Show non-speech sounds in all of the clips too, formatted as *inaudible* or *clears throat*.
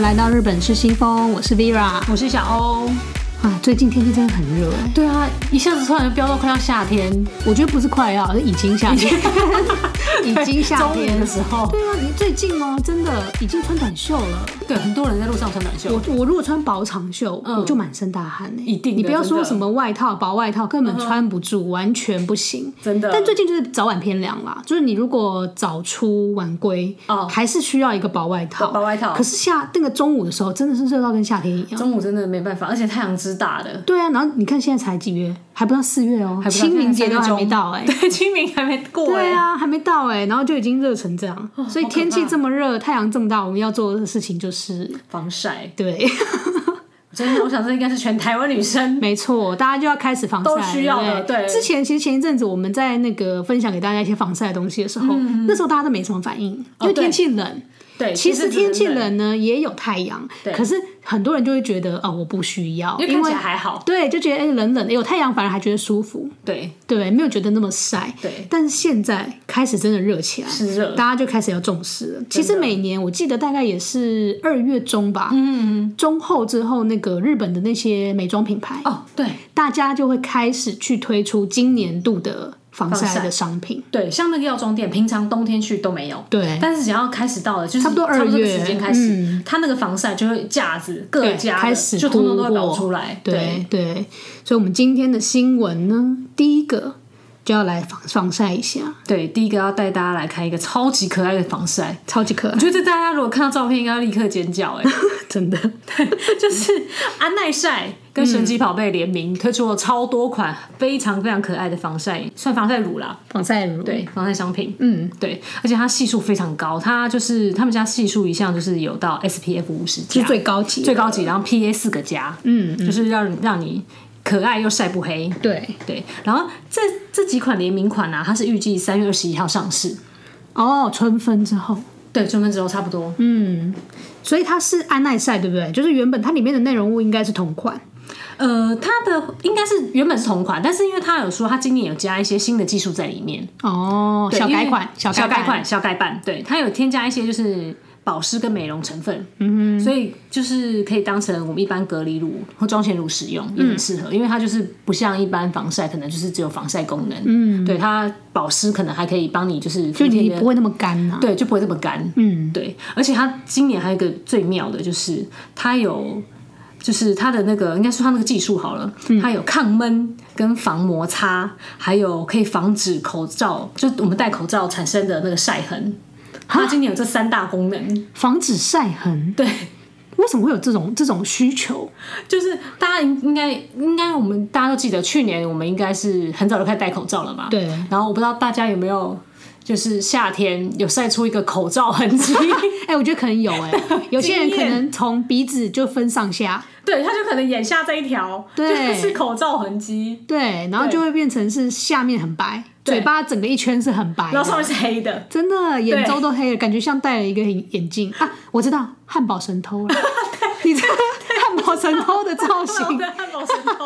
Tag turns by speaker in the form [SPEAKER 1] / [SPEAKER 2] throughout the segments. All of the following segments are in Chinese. [SPEAKER 1] 来到日本吃西风，我是 Vera。
[SPEAKER 2] 我是小哦欧。
[SPEAKER 1] 啊，最近天气真的很热哎，
[SPEAKER 2] 对啊，一下子突然就飙到快要夏天，
[SPEAKER 1] 我觉得不是快要，是已经夏
[SPEAKER 2] *laughs*
[SPEAKER 1] 天，已经夏
[SPEAKER 2] 中
[SPEAKER 1] 天
[SPEAKER 2] 午的时候
[SPEAKER 1] 对啊，你最近哦，真的已经穿短袖了。
[SPEAKER 2] 对，很多人在路上穿短袖
[SPEAKER 1] 我，我如果穿薄长袖，
[SPEAKER 2] 嗯
[SPEAKER 1] 我就满身大汗哎。
[SPEAKER 2] 一定的
[SPEAKER 1] 你不要说
[SPEAKER 2] 真的
[SPEAKER 1] 什么外套、薄外套，根本穿不住，完全不行。
[SPEAKER 2] 真的
[SPEAKER 1] 但最近就是早晚偏凉啦，就是你如果早出晚归，
[SPEAKER 2] 哦
[SPEAKER 1] 还是需要一个薄外套。
[SPEAKER 2] 薄外套
[SPEAKER 1] 可是夏那个中午的时候，真的是热到跟夏天一样。
[SPEAKER 2] 中午真的没办法，而且太阳之大的，
[SPEAKER 1] 对啊，然后你看现在才几月，还不到四月哦、
[SPEAKER 2] 还不到
[SPEAKER 1] 清明节都还没到哎、
[SPEAKER 2] *laughs* 对，清明还没过
[SPEAKER 1] 对
[SPEAKER 2] 哎、哦
[SPEAKER 1] 啊，还没到哎、然后就已经热成这样，所以
[SPEAKER 2] 好可
[SPEAKER 1] 天气
[SPEAKER 2] 怕
[SPEAKER 1] 这么热，太阳这么大，我们要做的事情就是 *laughs*
[SPEAKER 2] 哎防晒。
[SPEAKER 1] 对，
[SPEAKER 2] 真的，我想这应该是全台湾女生
[SPEAKER 1] 没错，大家就要开始防晒，
[SPEAKER 2] 都需要的
[SPEAKER 1] 对不对
[SPEAKER 2] 对
[SPEAKER 1] 之前其实前一阵子我们在那个分享给大家一些防晒的东西的时候，
[SPEAKER 2] 嗯
[SPEAKER 1] 那时候大家都没什么反应，因为
[SPEAKER 2] 对
[SPEAKER 1] 天气冷。
[SPEAKER 2] 哦对，
[SPEAKER 1] 其实天气
[SPEAKER 2] 真的，
[SPEAKER 1] 冷呢也有太阳，
[SPEAKER 2] 对
[SPEAKER 1] 可是很多人就会觉得啊、我不需要，
[SPEAKER 2] 因为
[SPEAKER 1] 因
[SPEAKER 2] 看
[SPEAKER 1] 为
[SPEAKER 2] 起来还好。
[SPEAKER 1] 对就觉得哎、冷冷的有太阳反而还觉得舒服，
[SPEAKER 2] 对
[SPEAKER 1] 对，没有觉得那么晒。
[SPEAKER 2] 对，
[SPEAKER 1] 但是现在开始真的热起来，
[SPEAKER 2] 是热。
[SPEAKER 1] 大家就开始要重视了。其实每年我记得大概也是二月中吧，嗯，中后之后，那个日本的那些美妆品牌，
[SPEAKER 2] 哦，对
[SPEAKER 1] 大家就会开始去推出今年度的防
[SPEAKER 2] 防
[SPEAKER 1] 晒
[SPEAKER 2] 晒
[SPEAKER 1] 的商品。
[SPEAKER 2] 对，像那个药妆店，平常冬天去都没有。
[SPEAKER 1] 对，
[SPEAKER 2] 但是只要开始到了，就是
[SPEAKER 1] 差不多二
[SPEAKER 2] 这个
[SPEAKER 1] 月嗯
[SPEAKER 2] 时间开始，它那个防晒就会架子各
[SPEAKER 1] 对
[SPEAKER 2] 家的
[SPEAKER 1] 开始
[SPEAKER 2] 就通通都会
[SPEAKER 1] 铺
[SPEAKER 2] 跑
[SPEAKER 1] 货
[SPEAKER 2] 出来。
[SPEAKER 1] 对对，所以我们今天的新闻呢，第一个就要来防防晒一下，
[SPEAKER 2] 对，第一个要带大家来看一个超级可爱的防晒。
[SPEAKER 1] 超级可
[SPEAKER 2] 我
[SPEAKER 1] 爱，
[SPEAKER 2] 觉得大家如果看到照片，应该要立刻尖叫哎、
[SPEAKER 1] *laughs* 真的。
[SPEAKER 2] *laughs* 就是安耐晒跟神
[SPEAKER 1] 嗯
[SPEAKER 2] 奇宝贝联名、推出了超多款非常非常可爱的防晒，算防晒乳啦，
[SPEAKER 1] 防晒乳，
[SPEAKER 2] 对，防晒商品。
[SPEAKER 1] 嗯，
[SPEAKER 2] 对，而且它系数非常高，它就是他们家系数一项就是有到 SPF 五十
[SPEAKER 1] 是
[SPEAKER 2] 加，
[SPEAKER 1] 最高级的，
[SPEAKER 2] 最高级，然后 PA 四个加，
[SPEAKER 1] 嗯，
[SPEAKER 2] 就是让让你可爱又晒不黑。
[SPEAKER 1] 对。
[SPEAKER 2] 对，然后这这几款联名款啊，它是预计三月二十一号上市，
[SPEAKER 1] 哦，春分之后，
[SPEAKER 2] 对，中分之后差不多。嗯，
[SPEAKER 1] 嗯，所以它是安耐晒，对不对？就是原本它里面的内容物应该是同款，
[SPEAKER 2] 呃，它的应该是原本是同款，但是因为它有说它今年有加一些新的技术在里面，
[SPEAKER 1] 哦，
[SPEAKER 2] 对
[SPEAKER 1] 小
[SPEAKER 2] 因为
[SPEAKER 1] 改款，
[SPEAKER 2] 小
[SPEAKER 1] 改
[SPEAKER 2] 改款、小改版，对，它有添加一些就是保湿跟美容成分，嗯所以就是可以当成我们一般隔离乳或妆前乳使用，也很适合，因为它就是不像一般防晒，可能就是只有防晒功能，嗯，对，它保湿可能还可以帮你就是
[SPEAKER 1] 就
[SPEAKER 2] 就
[SPEAKER 1] 你不会那么干呐、啊
[SPEAKER 2] 对，就不会这么干。嗯，对。而且它今年还有一个最妙的，就是它有，就是它的那个，应该说它那个技术好了，它有抗闷、跟防摩擦，还有可以防止口罩，就我们戴口罩产生的那个晒痕。它今年有这三大功能，
[SPEAKER 1] 防止晒痕。
[SPEAKER 2] 对，
[SPEAKER 1] 为什么会有这种这种需求？
[SPEAKER 2] 就是大家应应该应该我们大家都记得，去年我们应该是很早就开始戴口罩了嘛。
[SPEAKER 1] 对
[SPEAKER 2] 然后我不知道大家有没有，就是夏天有晒出一个口罩痕迹。
[SPEAKER 1] 哎、我觉得可能有 *laughs* 哎、有些人可
[SPEAKER 2] 经验
[SPEAKER 1] 能从鼻子就分上下，
[SPEAKER 2] 对，它就可能眼下这一条，
[SPEAKER 1] 对
[SPEAKER 2] 就是口罩痕迹，
[SPEAKER 1] 对，然后就会变成是下面很白，嘴巴整个一圈是很白
[SPEAKER 2] 然后上
[SPEAKER 1] 的，
[SPEAKER 2] 面是黑
[SPEAKER 1] *laughs*
[SPEAKER 2] 的，
[SPEAKER 1] 真的眼周都黑了，感觉像戴了一个眼镜啊！我知道汉堡神偷 *laughs* 了，你这个汉堡神偷的造 *laughs* 型，
[SPEAKER 2] 对，汉堡神偷，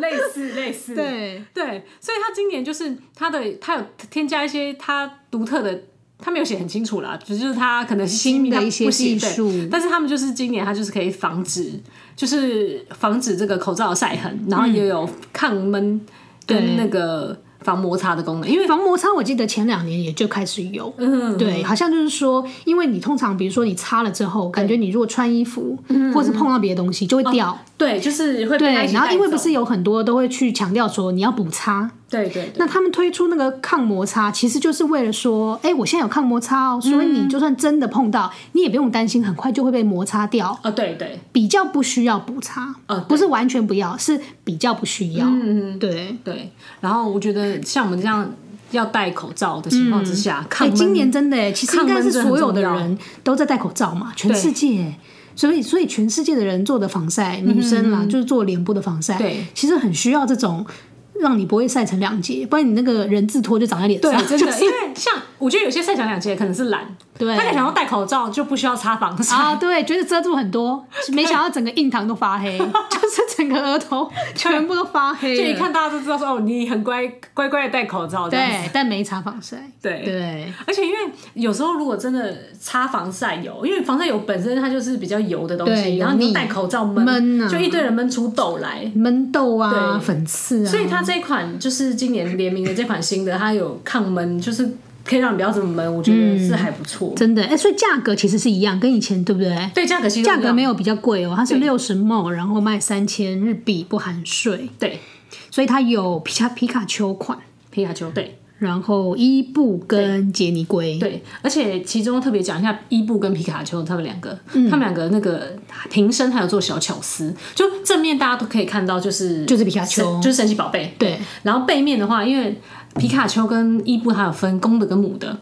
[SPEAKER 2] 类似类似，
[SPEAKER 1] 对，
[SPEAKER 2] 对，所以他今年就是他的，他有添加一些他独特的。他没有写很清楚啦，只是他可能是机
[SPEAKER 1] 新
[SPEAKER 2] 密
[SPEAKER 1] 的
[SPEAKER 2] 他
[SPEAKER 1] 一些
[SPEAKER 2] 不写
[SPEAKER 1] 技
[SPEAKER 2] 对
[SPEAKER 1] 术
[SPEAKER 2] 但是他们就是今年他就是可以防止，就是防止这个口罩的晒痕，然后也有抗闷
[SPEAKER 1] 嗯对
[SPEAKER 2] 跟那个防摩擦的功 *laughs* 能，因为
[SPEAKER 1] 防摩擦，我记得前两年也就开始有，
[SPEAKER 2] 嗯
[SPEAKER 1] 对，好像就是说，因为你通常比如说你擦了之后，感觉你如果穿衣服
[SPEAKER 2] 嗯
[SPEAKER 1] 或是碰到别的东西就会掉，
[SPEAKER 2] 对，就是会被
[SPEAKER 1] 对
[SPEAKER 2] 它一，起
[SPEAKER 1] 然后
[SPEAKER 2] 带
[SPEAKER 1] 因为不
[SPEAKER 2] 走
[SPEAKER 1] 是有很多都会去强调说你要补擦，
[SPEAKER 2] 对对对
[SPEAKER 1] 那他们推出那个抗摩擦，其实就是为了说，哎、我现在有抗摩擦哦，所以你就算真的碰到，你也不用担心，很快就会被摩擦掉，
[SPEAKER 2] 哦对对，
[SPEAKER 1] 比较不需要补擦，
[SPEAKER 2] 哦
[SPEAKER 1] 不是完全不要，是比较不需要，
[SPEAKER 2] 嗯嗯
[SPEAKER 1] 对。
[SPEAKER 2] 对，然后我觉得像我们这样要戴口罩的情况之下，抗
[SPEAKER 1] 哎、
[SPEAKER 2] 闷
[SPEAKER 1] 今年真的哎，其实应该是所有的
[SPEAKER 2] 抗闷
[SPEAKER 1] 人都在戴口罩嘛，全世界。所以，所以全世界的人做的防晒，
[SPEAKER 2] 嗯
[SPEAKER 1] 女生啦，就是做脸部的防晒，
[SPEAKER 2] 对，
[SPEAKER 1] 其实很需要这种让你不会晒成两截，不然你那个人字拖就长在脸上。
[SPEAKER 2] *laughs* 对，真的，
[SPEAKER 1] 就是
[SPEAKER 2] 因为像我觉得有些晒小两节可能是懒，
[SPEAKER 1] 对
[SPEAKER 2] 他可能想要戴口罩就不需要擦防晒，
[SPEAKER 1] 啊，对，觉得遮住很
[SPEAKER 2] *laughs*
[SPEAKER 1] 多，没想到整个印堂都发黑，就是整个额头全部都发黑了，
[SPEAKER 2] *laughs* 就一看大家都知道说哦，你很乖乖乖的戴口罩这样
[SPEAKER 1] 对
[SPEAKER 2] 子。，
[SPEAKER 1] 但没擦防晒，
[SPEAKER 2] 对
[SPEAKER 1] 对，
[SPEAKER 2] 而且因为有时候如果真的擦防晒油，因为防晒油本身它就是比较油的东
[SPEAKER 1] 对
[SPEAKER 2] 西，然后你
[SPEAKER 1] 油腻
[SPEAKER 2] 又戴口罩闷，
[SPEAKER 1] 闷啊
[SPEAKER 2] 就一堆人闷出痘来。
[SPEAKER 1] 闷痘啊，
[SPEAKER 2] 对
[SPEAKER 1] 粉刺啊，
[SPEAKER 2] 所以它这一款就是今年联名的这款新的，它有抗闷，就是可以让你不要这么闷，我觉得是还不错。
[SPEAKER 1] 真的，哎，所以价格其实是一样，跟以前对不对？
[SPEAKER 2] 对，价格其实
[SPEAKER 1] 价格没
[SPEAKER 2] 有
[SPEAKER 1] 有比较贵哦，它是
[SPEAKER 2] 对
[SPEAKER 1] 六十 ml，然后卖三千日币不含税，
[SPEAKER 2] 对
[SPEAKER 1] 所以它有皮卡皮卡丘款，
[SPEAKER 2] 皮卡丘，对
[SPEAKER 1] 然后伊布跟杰尼龟，
[SPEAKER 2] 对，而且其中特别讲一下伊布跟皮卡丘他们两个，他们两个那个瓶身还有做小巧思，就正面大家都可以看到，就是
[SPEAKER 1] 就是皮卡丘
[SPEAKER 2] 神就是神奇宝贝。
[SPEAKER 1] 对，
[SPEAKER 2] 然后背面的话，因为皮卡丘跟伊布它有分公的跟母 *laughs* 的，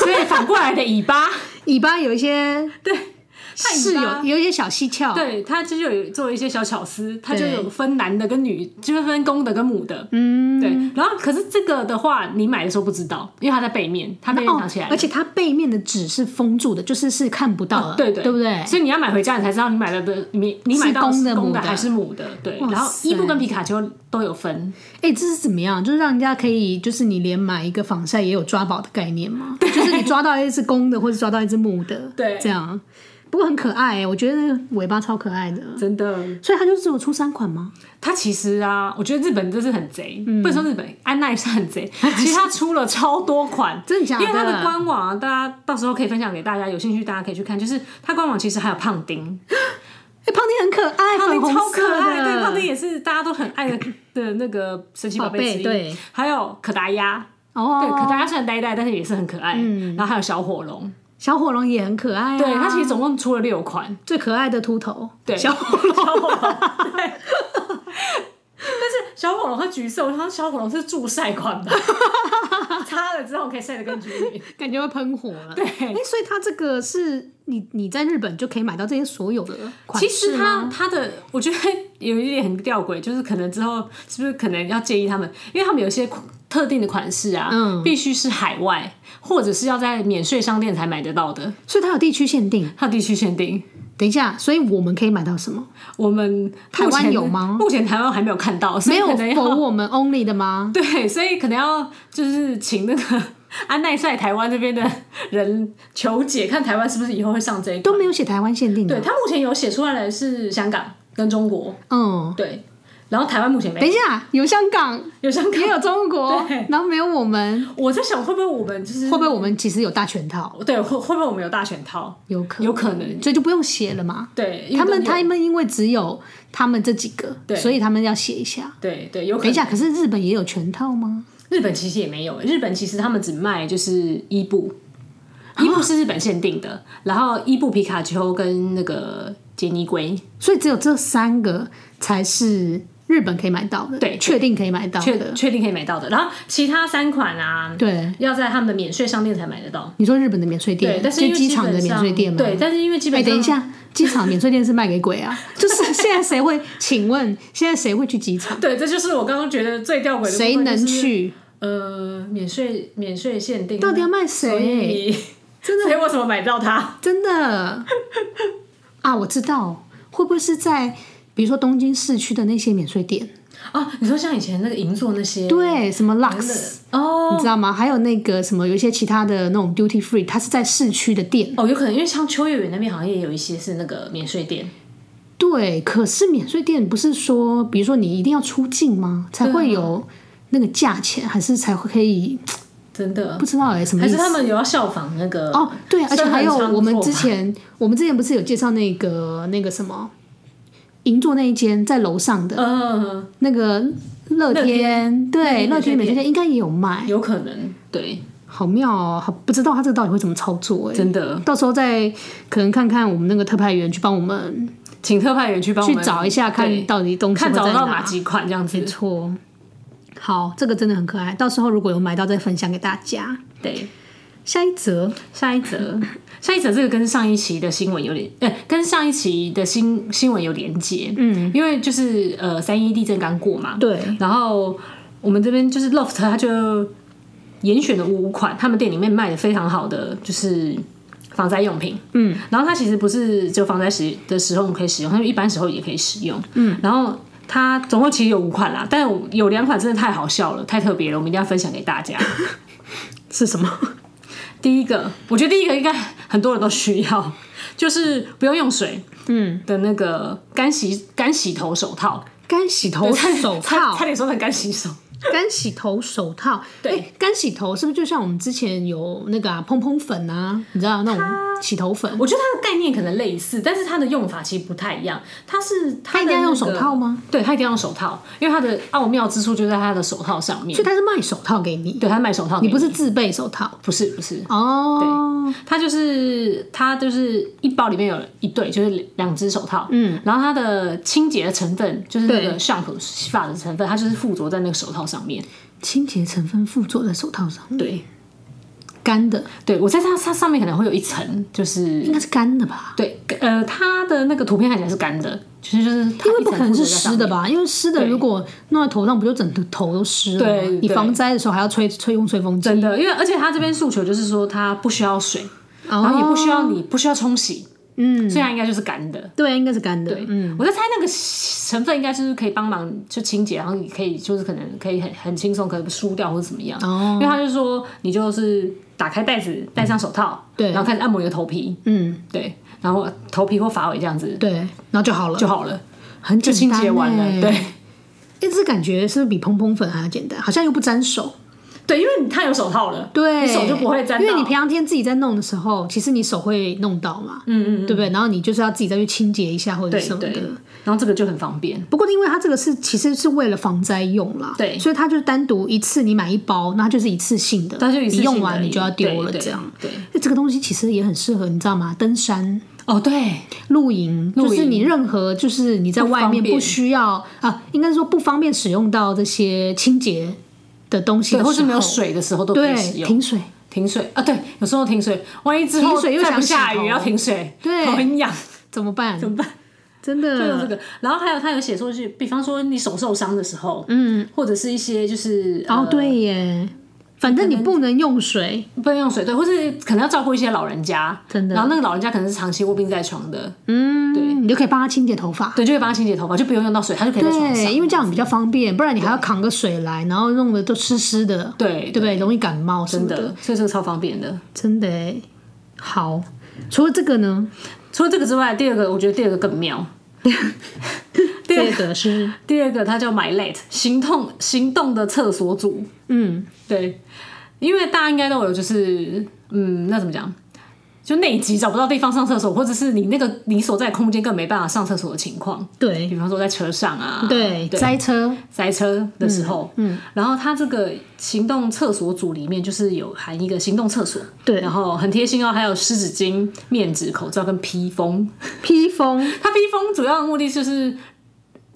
[SPEAKER 2] 所以反过来的尾巴，
[SPEAKER 1] 尾巴有一些
[SPEAKER 2] 对，它
[SPEAKER 1] 是
[SPEAKER 2] 尾巴
[SPEAKER 1] 有有一些小蹊跷，
[SPEAKER 2] 对，它就有做一些小巧思，它就
[SPEAKER 1] 对
[SPEAKER 2] 有分男的跟女，就是分公的跟母的。嗯，对。然后可是这个的话，你买的时候不知道，因为它在背面，它背面
[SPEAKER 1] 哦
[SPEAKER 2] 藏起来，了。
[SPEAKER 1] 而且它背面的纸是封住的，就是是看不到的，
[SPEAKER 2] 对对
[SPEAKER 1] 不对？
[SPEAKER 2] 所以你要买回家，你才知道你买了的你你买到
[SPEAKER 1] 是公的
[SPEAKER 2] 公
[SPEAKER 1] 母的
[SPEAKER 2] 的还是母的。对，
[SPEAKER 1] 哇
[SPEAKER 2] 然后
[SPEAKER 1] 塞
[SPEAKER 2] 伊布跟皮卡丘都有分，
[SPEAKER 1] 哎、这是怎么样？就是让人家可以，就是你连买一个防晒也有抓宝的概念吗？就是你抓到一只公的，或者抓到一只母的，
[SPEAKER 2] 对
[SPEAKER 1] 这样。不过很可爱、欸，我觉得那个尾巴超可爱的。
[SPEAKER 2] 真的。
[SPEAKER 1] 所以它就只有出三款吗？
[SPEAKER 2] 它其实啊，我觉得日本真是很贼，
[SPEAKER 1] 嗯
[SPEAKER 2] 不能说日本，安娜也是
[SPEAKER 1] *laughs*
[SPEAKER 2] 很贼。其实它出了超多款，
[SPEAKER 1] 真的假的
[SPEAKER 2] 因为它的官网啊，大家到时候可以分享给大家，有兴趣大家可以去看。就是它官网其实还有胖丁，
[SPEAKER 1] 哎、胖丁很可爱，
[SPEAKER 2] 胖
[SPEAKER 1] 粉
[SPEAKER 2] 丁
[SPEAKER 1] 红
[SPEAKER 2] 超
[SPEAKER 1] 色
[SPEAKER 2] 可
[SPEAKER 1] 的，
[SPEAKER 2] 爱，对，胖丁也是大家都很
[SPEAKER 1] *coughs*
[SPEAKER 2] 爱的的那个神奇宝贝之一。
[SPEAKER 1] 宝贝对，
[SPEAKER 2] 还有可达鸭，对，可
[SPEAKER 1] 哦，嗯
[SPEAKER 2] 达鸭虽然呆呆，但是也是很可爱。然后还有小火龙，
[SPEAKER 1] 小火龙也很可爱、啊。
[SPEAKER 2] 对，它其实总共出了六款。
[SPEAKER 1] 最可爱的秃头，
[SPEAKER 2] 对，
[SPEAKER 1] *laughs* 小火龙。
[SPEAKER 2] 小火龙，对。
[SPEAKER 1] *laughs*
[SPEAKER 2] 但是小火龙和橘色，我想小火龙是助晒款
[SPEAKER 1] *laughs*
[SPEAKER 2] 吧，擦了之后可以晒得更均匀。
[SPEAKER 1] 感觉会喷火了，
[SPEAKER 2] 对
[SPEAKER 1] 哎、所以它这个是你你在日本就可以买到这些所有的款
[SPEAKER 2] 其
[SPEAKER 1] 式
[SPEAKER 2] 实
[SPEAKER 1] 吗
[SPEAKER 2] 它它的，我觉得有一点很吊诡，就是可能之后是不是可能要建议他们，因为他们有一些特定的款式啊，
[SPEAKER 1] 嗯
[SPEAKER 2] 必须是海外或者是要在免税商店才买得到的，
[SPEAKER 1] 所以它有地区限定。
[SPEAKER 2] 它有地区限定。
[SPEAKER 1] 等一下，所以我们可以买到什么？
[SPEAKER 2] 我们
[SPEAKER 1] 台湾
[SPEAKER 2] 目前
[SPEAKER 1] 有吗
[SPEAKER 2] 目前台湾还没有看到，所
[SPEAKER 1] 没
[SPEAKER 2] 以
[SPEAKER 1] 有
[SPEAKER 2] 可能
[SPEAKER 1] 否
[SPEAKER 2] 要
[SPEAKER 1] 我们 only 的吗？
[SPEAKER 2] *laughs* 对，所以可能要就是请那个安奈赛台湾这边的人求解，看台湾是不是以后会上这一
[SPEAKER 1] 都
[SPEAKER 2] 款。
[SPEAKER 1] 没有写台湾限定
[SPEAKER 2] 对
[SPEAKER 1] 的。
[SPEAKER 2] 他目前有写出来的是香港跟中国，
[SPEAKER 1] 嗯，
[SPEAKER 2] 对，然后台湾目前
[SPEAKER 1] 等
[SPEAKER 2] 没
[SPEAKER 1] 一下，有香港， *laughs*
[SPEAKER 2] 有香港
[SPEAKER 1] 也。有中国
[SPEAKER 2] 对，
[SPEAKER 1] 然后没有我们，
[SPEAKER 2] 我在想会不会我们就是
[SPEAKER 1] 会不会我们其实有大全套？
[SPEAKER 2] 对会会不会我们有大选套？
[SPEAKER 1] 有可
[SPEAKER 2] 有可能，
[SPEAKER 1] 所以就不用写了嘛。
[SPEAKER 2] 对，因为
[SPEAKER 1] 他们
[SPEAKER 2] 都有
[SPEAKER 1] 他们因为只有他们这几个，
[SPEAKER 2] 对
[SPEAKER 1] 所以他们要写一下。
[SPEAKER 2] 对对有可
[SPEAKER 1] 等一
[SPEAKER 2] 能。
[SPEAKER 1] 下，可是日本也有全套吗？
[SPEAKER 2] 日本其实也没有，欸日本其实他们只卖就是伊布，
[SPEAKER 1] 啊
[SPEAKER 2] 伊布是日本限定的，然后伊布皮卡丘跟那个杰尼龟，
[SPEAKER 1] 所以只有这三个才是日本可以买到的，
[SPEAKER 2] 对
[SPEAKER 1] 确定可以买到
[SPEAKER 2] 确
[SPEAKER 1] 的。
[SPEAKER 2] 确定可以买到的。然后其他三款啊，
[SPEAKER 1] 对，
[SPEAKER 2] 要在他们的免税商店才买得到。
[SPEAKER 1] 你说日本的免税
[SPEAKER 2] 对
[SPEAKER 1] 店，，
[SPEAKER 2] 但是因
[SPEAKER 1] 就
[SPEAKER 2] 为
[SPEAKER 1] 机
[SPEAKER 2] 基本
[SPEAKER 1] 场
[SPEAKER 2] 上
[SPEAKER 1] 的免税店吗？
[SPEAKER 2] 对，但是因为基
[SPEAKER 1] 哎、
[SPEAKER 2] 本上
[SPEAKER 1] 等一，下，机场免税店是卖给鬼啊？ *laughs* 就是现在谁会？请问现在谁会去机
[SPEAKER 2] *laughs*
[SPEAKER 1] 场？
[SPEAKER 2] 对，这就是我刚刚觉得最吊诡的部分。
[SPEAKER 1] 谁能
[SPEAKER 2] 就是？
[SPEAKER 1] 去？
[SPEAKER 2] 呃，免税免税限定，
[SPEAKER 1] 到底要卖
[SPEAKER 2] 所
[SPEAKER 1] 谁？ *laughs*
[SPEAKER 2] 以真的，所以我怎么买到它？
[SPEAKER 1] 真
[SPEAKER 2] *laughs*
[SPEAKER 1] 的啊，我知道，会不会是在比如说东京市区的那些免税店？
[SPEAKER 2] 啊，你说像以前那个银座那些，
[SPEAKER 1] 对，啊什么 Lux，
[SPEAKER 2] 哦
[SPEAKER 1] 你知道吗？还有那个什么，有一些其他的那种 duty free，它是在市区的店。
[SPEAKER 2] 哦，有可能因为像秋叶原那边好像也有一些是那个免税店，
[SPEAKER 1] 对，可是免税店不是说，比如说你一定要出境吗？才会
[SPEAKER 2] 啊
[SPEAKER 1] 有那个价钱，还是才会可以？
[SPEAKER 2] 真的
[SPEAKER 1] 不，知道哎、什么
[SPEAKER 2] 还
[SPEAKER 1] 意
[SPEAKER 2] 是
[SPEAKER 1] 思？
[SPEAKER 2] 他们有要效仿那个
[SPEAKER 1] 哦，对，而且还有
[SPEAKER 2] 深恒昌
[SPEAKER 1] 我们
[SPEAKER 2] 做
[SPEAKER 1] 之
[SPEAKER 2] 法
[SPEAKER 1] 前，我们之前不是有介绍那个那个什么银座那一间在楼上的、
[SPEAKER 2] 嗯，
[SPEAKER 1] 那个乐
[SPEAKER 2] 乐
[SPEAKER 1] 天，对，
[SPEAKER 2] 嗯
[SPEAKER 1] 乐
[SPEAKER 2] 乐
[SPEAKER 1] 天
[SPEAKER 2] 天
[SPEAKER 1] 免税店应该也有卖，
[SPEAKER 2] 有可能，对，
[SPEAKER 1] 好妙哦，好不知道他这个到底会怎么操作哎、
[SPEAKER 2] 真的，
[SPEAKER 1] 到时候再可能看看我们那个特派员去帮我们
[SPEAKER 2] 请特派员去帮我
[SPEAKER 1] 去
[SPEAKER 2] 们
[SPEAKER 1] 找一下，看
[SPEAKER 2] 对
[SPEAKER 1] 到底东西
[SPEAKER 2] 看
[SPEAKER 1] 会
[SPEAKER 2] 找
[SPEAKER 1] 在
[SPEAKER 2] 到
[SPEAKER 1] 哪
[SPEAKER 2] 哪几款这样
[SPEAKER 1] 没
[SPEAKER 2] 子。
[SPEAKER 1] 错。好，这个真的很可爱。到时候如果有买到，再分享给大家。
[SPEAKER 2] 对，
[SPEAKER 1] 下一则，
[SPEAKER 2] 下一则，下一则这个跟上一期的新闻有点，呃，跟上一期的新新闻有连接，嗯，因为就是呃三一地震刚过嘛，
[SPEAKER 1] 对，
[SPEAKER 2] 然后我们这边就是 Loft，它就严选了五款他们店里面卖的非常好的就是防灾用品，嗯，然后它其实不是只有防灾时的时候我们可以使用，它就一般时候也可以使用，嗯，然后它总共其实有五款啦，但我有两款真的太好笑了，太特别了，我们一定要分享给大家。
[SPEAKER 1] 是什么？
[SPEAKER 2] 第一个，我觉得第一个应该很多人都需要， *laughs* 就是不用用水，嗯的那个干洗干洗头手套，
[SPEAKER 1] 干洗头哦手
[SPEAKER 2] 差
[SPEAKER 1] 套
[SPEAKER 2] 差，点说成干洗手，
[SPEAKER 1] 干洗头手套，
[SPEAKER 2] 对
[SPEAKER 1] 哎，干洗头是不是就像我们之前有那个啊蓬蓬粉啊，你知道那种洗头粉？
[SPEAKER 2] 我觉得它的概念可能类似，但是它的用法其实不太一样。它是它
[SPEAKER 1] 它一
[SPEAKER 2] 的
[SPEAKER 1] 定要
[SPEAKER 2] 那
[SPEAKER 1] 用
[SPEAKER 2] 个
[SPEAKER 1] 手套吗？
[SPEAKER 2] 对，它一定要用手套，因为它的奥妙之处就在它的手套上面
[SPEAKER 1] 所以。它是卖手套给你，
[SPEAKER 2] 对，它卖手套
[SPEAKER 1] 你
[SPEAKER 2] 给你，
[SPEAKER 1] 不是自备手套
[SPEAKER 2] 不是不是，
[SPEAKER 1] 哦。
[SPEAKER 2] 它就是它就是一包里面有一对，就是两只手套，嗯，然后它的清洁的成分就是那
[SPEAKER 1] 对
[SPEAKER 2] 个 shampoo 洗发的成分，它就是附着在那个手套上面。
[SPEAKER 1] 清洁成分附着在手套上，
[SPEAKER 2] 对，
[SPEAKER 1] 干的
[SPEAKER 2] 对我在它它上面可能会有一层，就是
[SPEAKER 1] 应该是干的吧？
[SPEAKER 2] 对呃，它的那个图片看起来是干的，其实就是它
[SPEAKER 1] 因为
[SPEAKER 2] 一
[SPEAKER 1] 不
[SPEAKER 2] 层
[SPEAKER 1] 可能是
[SPEAKER 2] 附着在上
[SPEAKER 1] 湿的
[SPEAKER 2] 面？
[SPEAKER 1] 吧？因为湿的
[SPEAKER 2] 对
[SPEAKER 1] 如果弄在头上，不就整个头都湿了吗？
[SPEAKER 2] 对
[SPEAKER 1] 你
[SPEAKER 2] 对
[SPEAKER 1] 防灾的时候还要吹吹用吹风机，
[SPEAKER 2] 真的，因为而且它这边诉求就是说它不需要水，
[SPEAKER 1] 然
[SPEAKER 2] 然后也不需要你不需要冲洗，嗯，所以它应该就是干的。
[SPEAKER 1] 对，应该是干的。嗯，
[SPEAKER 2] 嗯，我在猜那个成分应该就是可以帮忙就清洁，然后你可以就是可能可以很很轻松，可能梳掉或者怎么样。
[SPEAKER 1] 哦
[SPEAKER 2] 因为他就说你就是打开袋子，戴上手套，
[SPEAKER 1] 对
[SPEAKER 2] 然后开始按摩你的头皮，
[SPEAKER 1] 嗯，
[SPEAKER 2] 对，然后头皮或发尾这样子
[SPEAKER 1] 对，然后就好了，
[SPEAKER 2] 就好了，
[SPEAKER 1] 很
[SPEAKER 2] 就
[SPEAKER 1] 简单、
[SPEAKER 2] 清洁完了。欸对。
[SPEAKER 1] 一直感觉是不是比蓬蓬粉还要简单？好像又不沾手，
[SPEAKER 2] 对，因为你太有手套了，
[SPEAKER 1] 对，
[SPEAKER 2] 你手就不会沾
[SPEAKER 1] 因
[SPEAKER 2] 到，
[SPEAKER 1] 为你平常天自己在弄的时候，其实你手会弄到嘛，嗯嗯，对不对？然后你就是要自己再去清洁一下或者
[SPEAKER 2] 对
[SPEAKER 1] 什么
[SPEAKER 2] 对
[SPEAKER 1] 的。，
[SPEAKER 2] 然后这个就很方便。
[SPEAKER 1] 不过因为它这个是其实是为了防灾用啦，
[SPEAKER 2] 对
[SPEAKER 1] 所以它就是单独一次你买一包，那它就是一次性的，
[SPEAKER 2] 它就一次
[SPEAKER 1] 你
[SPEAKER 2] 性
[SPEAKER 1] 用完
[SPEAKER 2] 的
[SPEAKER 1] 你就要丢了
[SPEAKER 2] 对对
[SPEAKER 1] 这样。
[SPEAKER 2] 对，
[SPEAKER 1] 那这个东西其实也很适合，你知道吗？登山、
[SPEAKER 2] 哦，对，
[SPEAKER 1] 露营，
[SPEAKER 2] 露
[SPEAKER 1] 就是
[SPEAKER 2] 营
[SPEAKER 1] 你任何就是你在外面
[SPEAKER 2] 不方便
[SPEAKER 1] 不需要啊，应该说不方便使用到这些清洁的东西
[SPEAKER 2] 对，
[SPEAKER 1] 的
[SPEAKER 2] 或是
[SPEAKER 1] 时
[SPEAKER 2] 没有
[SPEAKER 1] 候
[SPEAKER 2] 水的时候都可以使
[SPEAKER 1] 对
[SPEAKER 2] 用。
[SPEAKER 1] 停水，
[SPEAKER 2] 停水啊，对，有时候停水，万一之后
[SPEAKER 1] 停水又
[SPEAKER 2] 再
[SPEAKER 1] 想
[SPEAKER 2] 不
[SPEAKER 1] 洗
[SPEAKER 2] 下
[SPEAKER 1] 头
[SPEAKER 2] 雨要停水，
[SPEAKER 1] 对
[SPEAKER 2] 头很痒，
[SPEAKER 1] 怎么办？怎么
[SPEAKER 2] 办？
[SPEAKER 1] *laughs* 真
[SPEAKER 2] 就有
[SPEAKER 1] 的
[SPEAKER 2] 这个。然后还有他有写出去，比方说你手受伤的时候，嗯，或者是一些就是
[SPEAKER 1] 哦，
[SPEAKER 2] 呃
[SPEAKER 1] 对耶，反正你不能用水，
[SPEAKER 2] 不能用水，对，或是可能要照顾一些老人家，
[SPEAKER 1] 真的
[SPEAKER 2] 然后那个老人家可能是长期卧病在床的，
[SPEAKER 1] 嗯，
[SPEAKER 2] 对
[SPEAKER 1] 你就可以帮他清洁头发。
[SPEAKER 2] 对，就会帮他清洁头发，就不用用到水，他就可以在床上
[SPEAKER 1] 对，。因为这样比较方便，不然你还要扛个水来，然后弄得都湿湿的，
[SPEAKER 2] 对
[SPEAKER 1] 对不对？容易感冒什么
[SPEAKER 2] 真
[SPEAKER 1] 的，
[SPEAKER 2] 的，所以这个超方便的。
[SPEAKER 1] 真的耶好，除了这个呢，
[SPEAKER 2] 除了这个之外，第二个我觉得第二个更
[SPEAKER 1] *laughs*
[SPEAKER 2] 妙。第二
[SPEAKER 1] 这个是
[SPEAKER 2] *laughs* 第二个它叫 My Late 行动行动的厕所组，
[SPEAKER 1] 嗯，
[SPEAKER 2] 对，因为大家应该都有，就是嗯，那怎么讲？就内急找不到地方上厕所，或者是你那个你所在的空间更没办法上厕所的情况，比
[SPEAKER 1] 对
[SPEAKER 2] 方说在车上啊，
[SPEAKER 1] 对塞车，
[SPEAKER 2] 塞车的时候，嗯，然后它这个行动厕所组里面就是有含一个行动厕所，
[SPEAKER 1] 对
[SPEAKER 2] 然后很贴心哦，还有湿纸巾、面纸、口罩跟披风。
[SPEAKER 1] 披风，
[SPEAKER 2] 它披风主要的目的就是，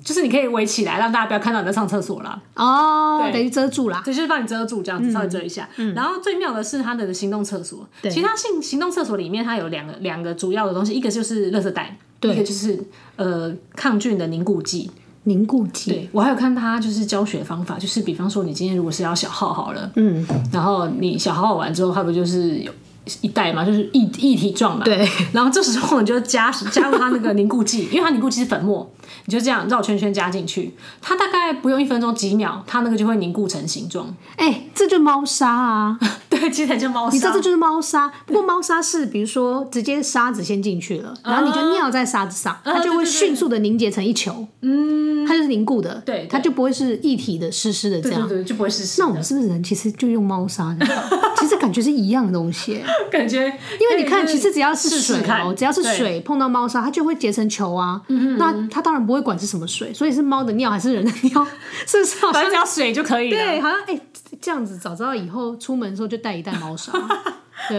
[SPEAKER 2] 就是你可以围起来，让大家不要看到你在上厕所啦。
[SPEAKER 1] 哦，
[SPEAKER 2] 对
[SPEAKER 1] 等于遮住啦。
[SPEAKER 2] 对，就是帮你遮住这样子，
[SPEAKER 1] 嗯
[SPEAKER 2] 稍微遮一下。然后最妙的是它的行动厕所，其他行行动厕所里面它有两个两个主要的东西，一个就是垃圾袋，
[SPEAKER 1] 对
[SPEAKER 2] 一个就是呃抗菌的凝固剂。
[SPEAKER 1] 凝固剂，
[SPEAKER 2] 对我还有看它就是教学方法，就是比方说你今天如果是要小号好了，
[SPEAKER 1] 嗯，
[SPEAKER 2] 然后你小号完之后，它不就是有一袋嘛，就是一一体状嘛，
[SPEAKER 1] 对。
[SPEAKER 2] 然后这时候你就加加入它那个凝固剂，因为它凝固剂是粉末，你就这样绕圈圈加进去，它大概不用一分钟几秒，它那个就会凝固成形状。
[SPEAKER 1] 哎，这就是猫砂啊，
[SPEAKER 2] *laughs* 对，其实才叫猫砂。
[SPEAKER 1] 你知道这就是猫砂。不过猫砂是比如说直接沙子先进去了，然后你就尿在沙子上，它就
[SPEAKER 2] 对
[SPEAKER 1] 会
[SPEAKER 2] 啊对对
[SPEAKER 1] 迅速的凝结成一球，嗯，它就是凝固的，
[SPEAKER 2] 对对
[SPEAKER 1] 它就不会是一体的湿湿的这
[SPEAKER 2] 对对
[SPEAKER 1] 样。
[SPEAKER 2] 对，就不会是湿
[SPEAKER 1] 那
[SPEAKER 2] 的。
[SPEAKER 1] 我们是不是人其实就用猫砂
[SPEAKER 2] *laughs*
[SPEAKER 1] 呢？其实感觉是一样的东西耶，
[SPEAKER 2] 感觉，
[SPEAKER 1] 因
[SPEAKER 2] 因
[SPEAKER 1] 为你看，其实只要是
[SPEAKER 2] 试
[SPEAKER 1] 水
[SPEAKER 2] 试
[SPEAKER 1] 哦，
[SPEAKER 2] 看，嗯
[SPEAKER 1] 只要是
[SPEAKER 2] 对。
[SPEAKER 1] 水碰到猫砂，它就会结成球啊。那它当然不会管是什么水，所以是猫的尿还是人的
[SPEAKER 2] *laughs*
[SPEAKER 1] 尿，是不是？好
[SPEAKER 2] 反
[SPEAKER 1] 像
[SPEAKER 2] 正只要水就可以了，
[SPEAKER 1] 对，好像哎、这样子，早知道以后出门的时候就带一袋猫
[SPEAKER 2] *laughs*
[SPEAKER 1] 砂，对